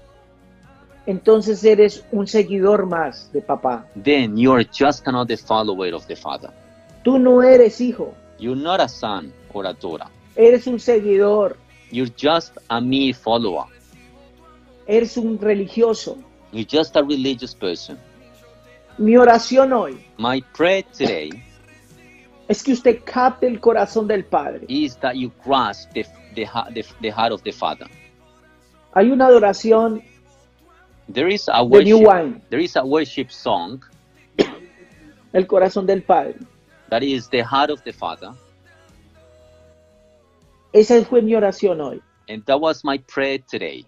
Speaker 2: entonces eres un seguidor más de papá.
Speaker 3: then you are just another follower of the Father.
Speaker 2: Tú no eres hijo,
Speaker 3: You're not a son or a daughter.
Speaker 2: eres un seguidor,
Speaker 3: You're just a mere follower.
Speaker 2: eres un religioso.
Speaker 3: You're just a religious person.
Speaker 2: Mi oración hoy
Speaker 3: My prayer today
Speaker 2: es que usted capte el corazón del Padre.
Speaker 3: is that you grasp the, the, ha- the, the heart of the Father.
Speaker 2: Hay una adoración
Speaker 3: There is a
Speaker 2: de New
Speaker 3: worship,
Speaker 2: Wine,
Speaker 3: there is a worship song
Speaker 2: el corazón del Padre.
Speaker 3: that is the heart of the Father,
Speaker 2: Esa fue mi oración hoy,
Speaker 3: and that was my prayer today.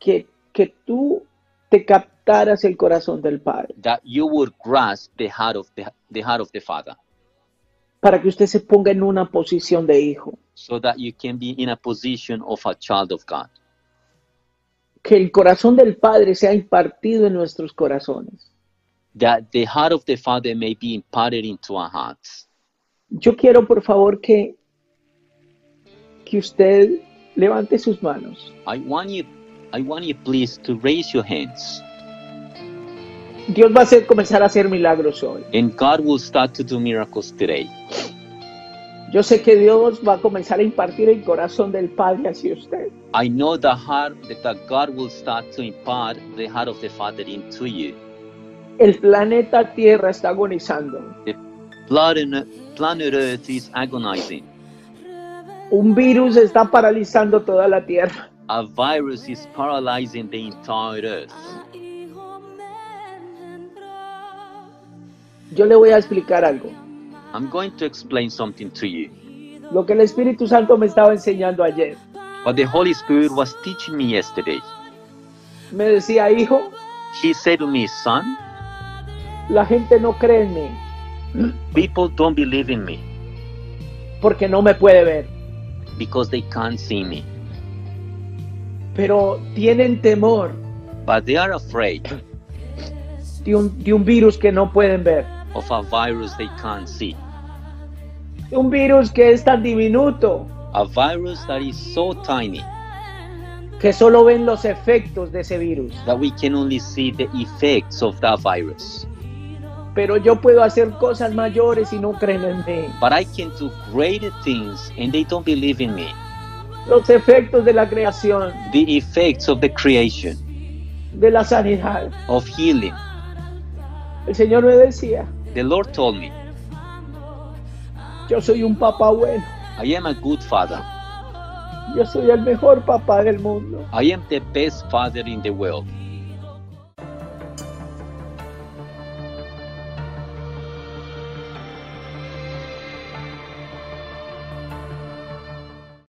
Speaker 2: que, que tú te captaras el corazón del Padre,
Speaker 3: that you would grasp the heart of the, the heart of the father
Speaker 2: para que usted se ponga en una posición de hijo,
Speaker 3: so that you can be in a position of a child of god
Speaker 2: que el corazón del Padre sea impartido en nuestros corazones.
Speaker 3: that the heart of the father may be imparted into our hearts
Speaker 2: Yo quiero, por favor, que, que usted levante sus manos.
Speaker 3: i want you i want you please to raise your hands
Speaker 2: Dios va a hacer, comenzar a hacer milagros hoy.
Speaker 3: and god will start to do miracles today
Speaker 2: Yo sé que Dios va a comenzar a impartir el corazón del Padre hacia usted.
Speaker 3: i know the heart that the god will start to impart the heart of the father into you
Speaker 2: El planeta Tierra está agonizando.
Speaker 3: the blood and planet earth is agonizing
Speaker 2: Un virus está paralizando toda la Tierra.
Speaker 3: a virus is paralyzing the entire earth
Speaker 2: Yo le voy a explicar algo.
Speaker 3: i'm going to explain something to you
Speaker 2: Lo que el Espíritu Santo me estaba enseñando ayer.
Speaker 3: But the Holy Spirit was teaching me yesterday.
Speaker 2: Me decía, hijo,
Speaker 3: He said to me, Son,
Speaker 2: la gente no cree en mí
Speaker 3: people don't believe in me
Speaker 2: porque no me puede ver.
Speaker 3: because they can't see me,
Speaker 2: Pero tienen temor
Speaker 3: but they are afraid
Speaker 2: de un, de un virus que no pueden ver.
Speaker 3: of a virus they can't see.
Speaker 2: De un virus que es tan diminuto
Speaker 3: A virus that is so tiny
Speaker 2: que solo ven los efectos de ese virus.
Speaker 3: that we can only see the effects of that virus.
Speaker 2: Pero yo puedo hacer cosas mayores y no creen en mí.
Speaker 3: But I can do greater things and they don't believe in me.
Speaker 2: Los efectos de la creación,
Speaker 3: The effects of the creation,
Speaker 2: de la sanidad.
Speaker 3: of healing.
Speaker 2: El Señor me decía,
Speaker 3: The Lord told me,
Speaker 2: yo soy un papá bueno.
Speaker 3: I am a good father.
Speaker 2: Yo soy el mejor papá del mundo.
Speaker 3: I am the best father in the world.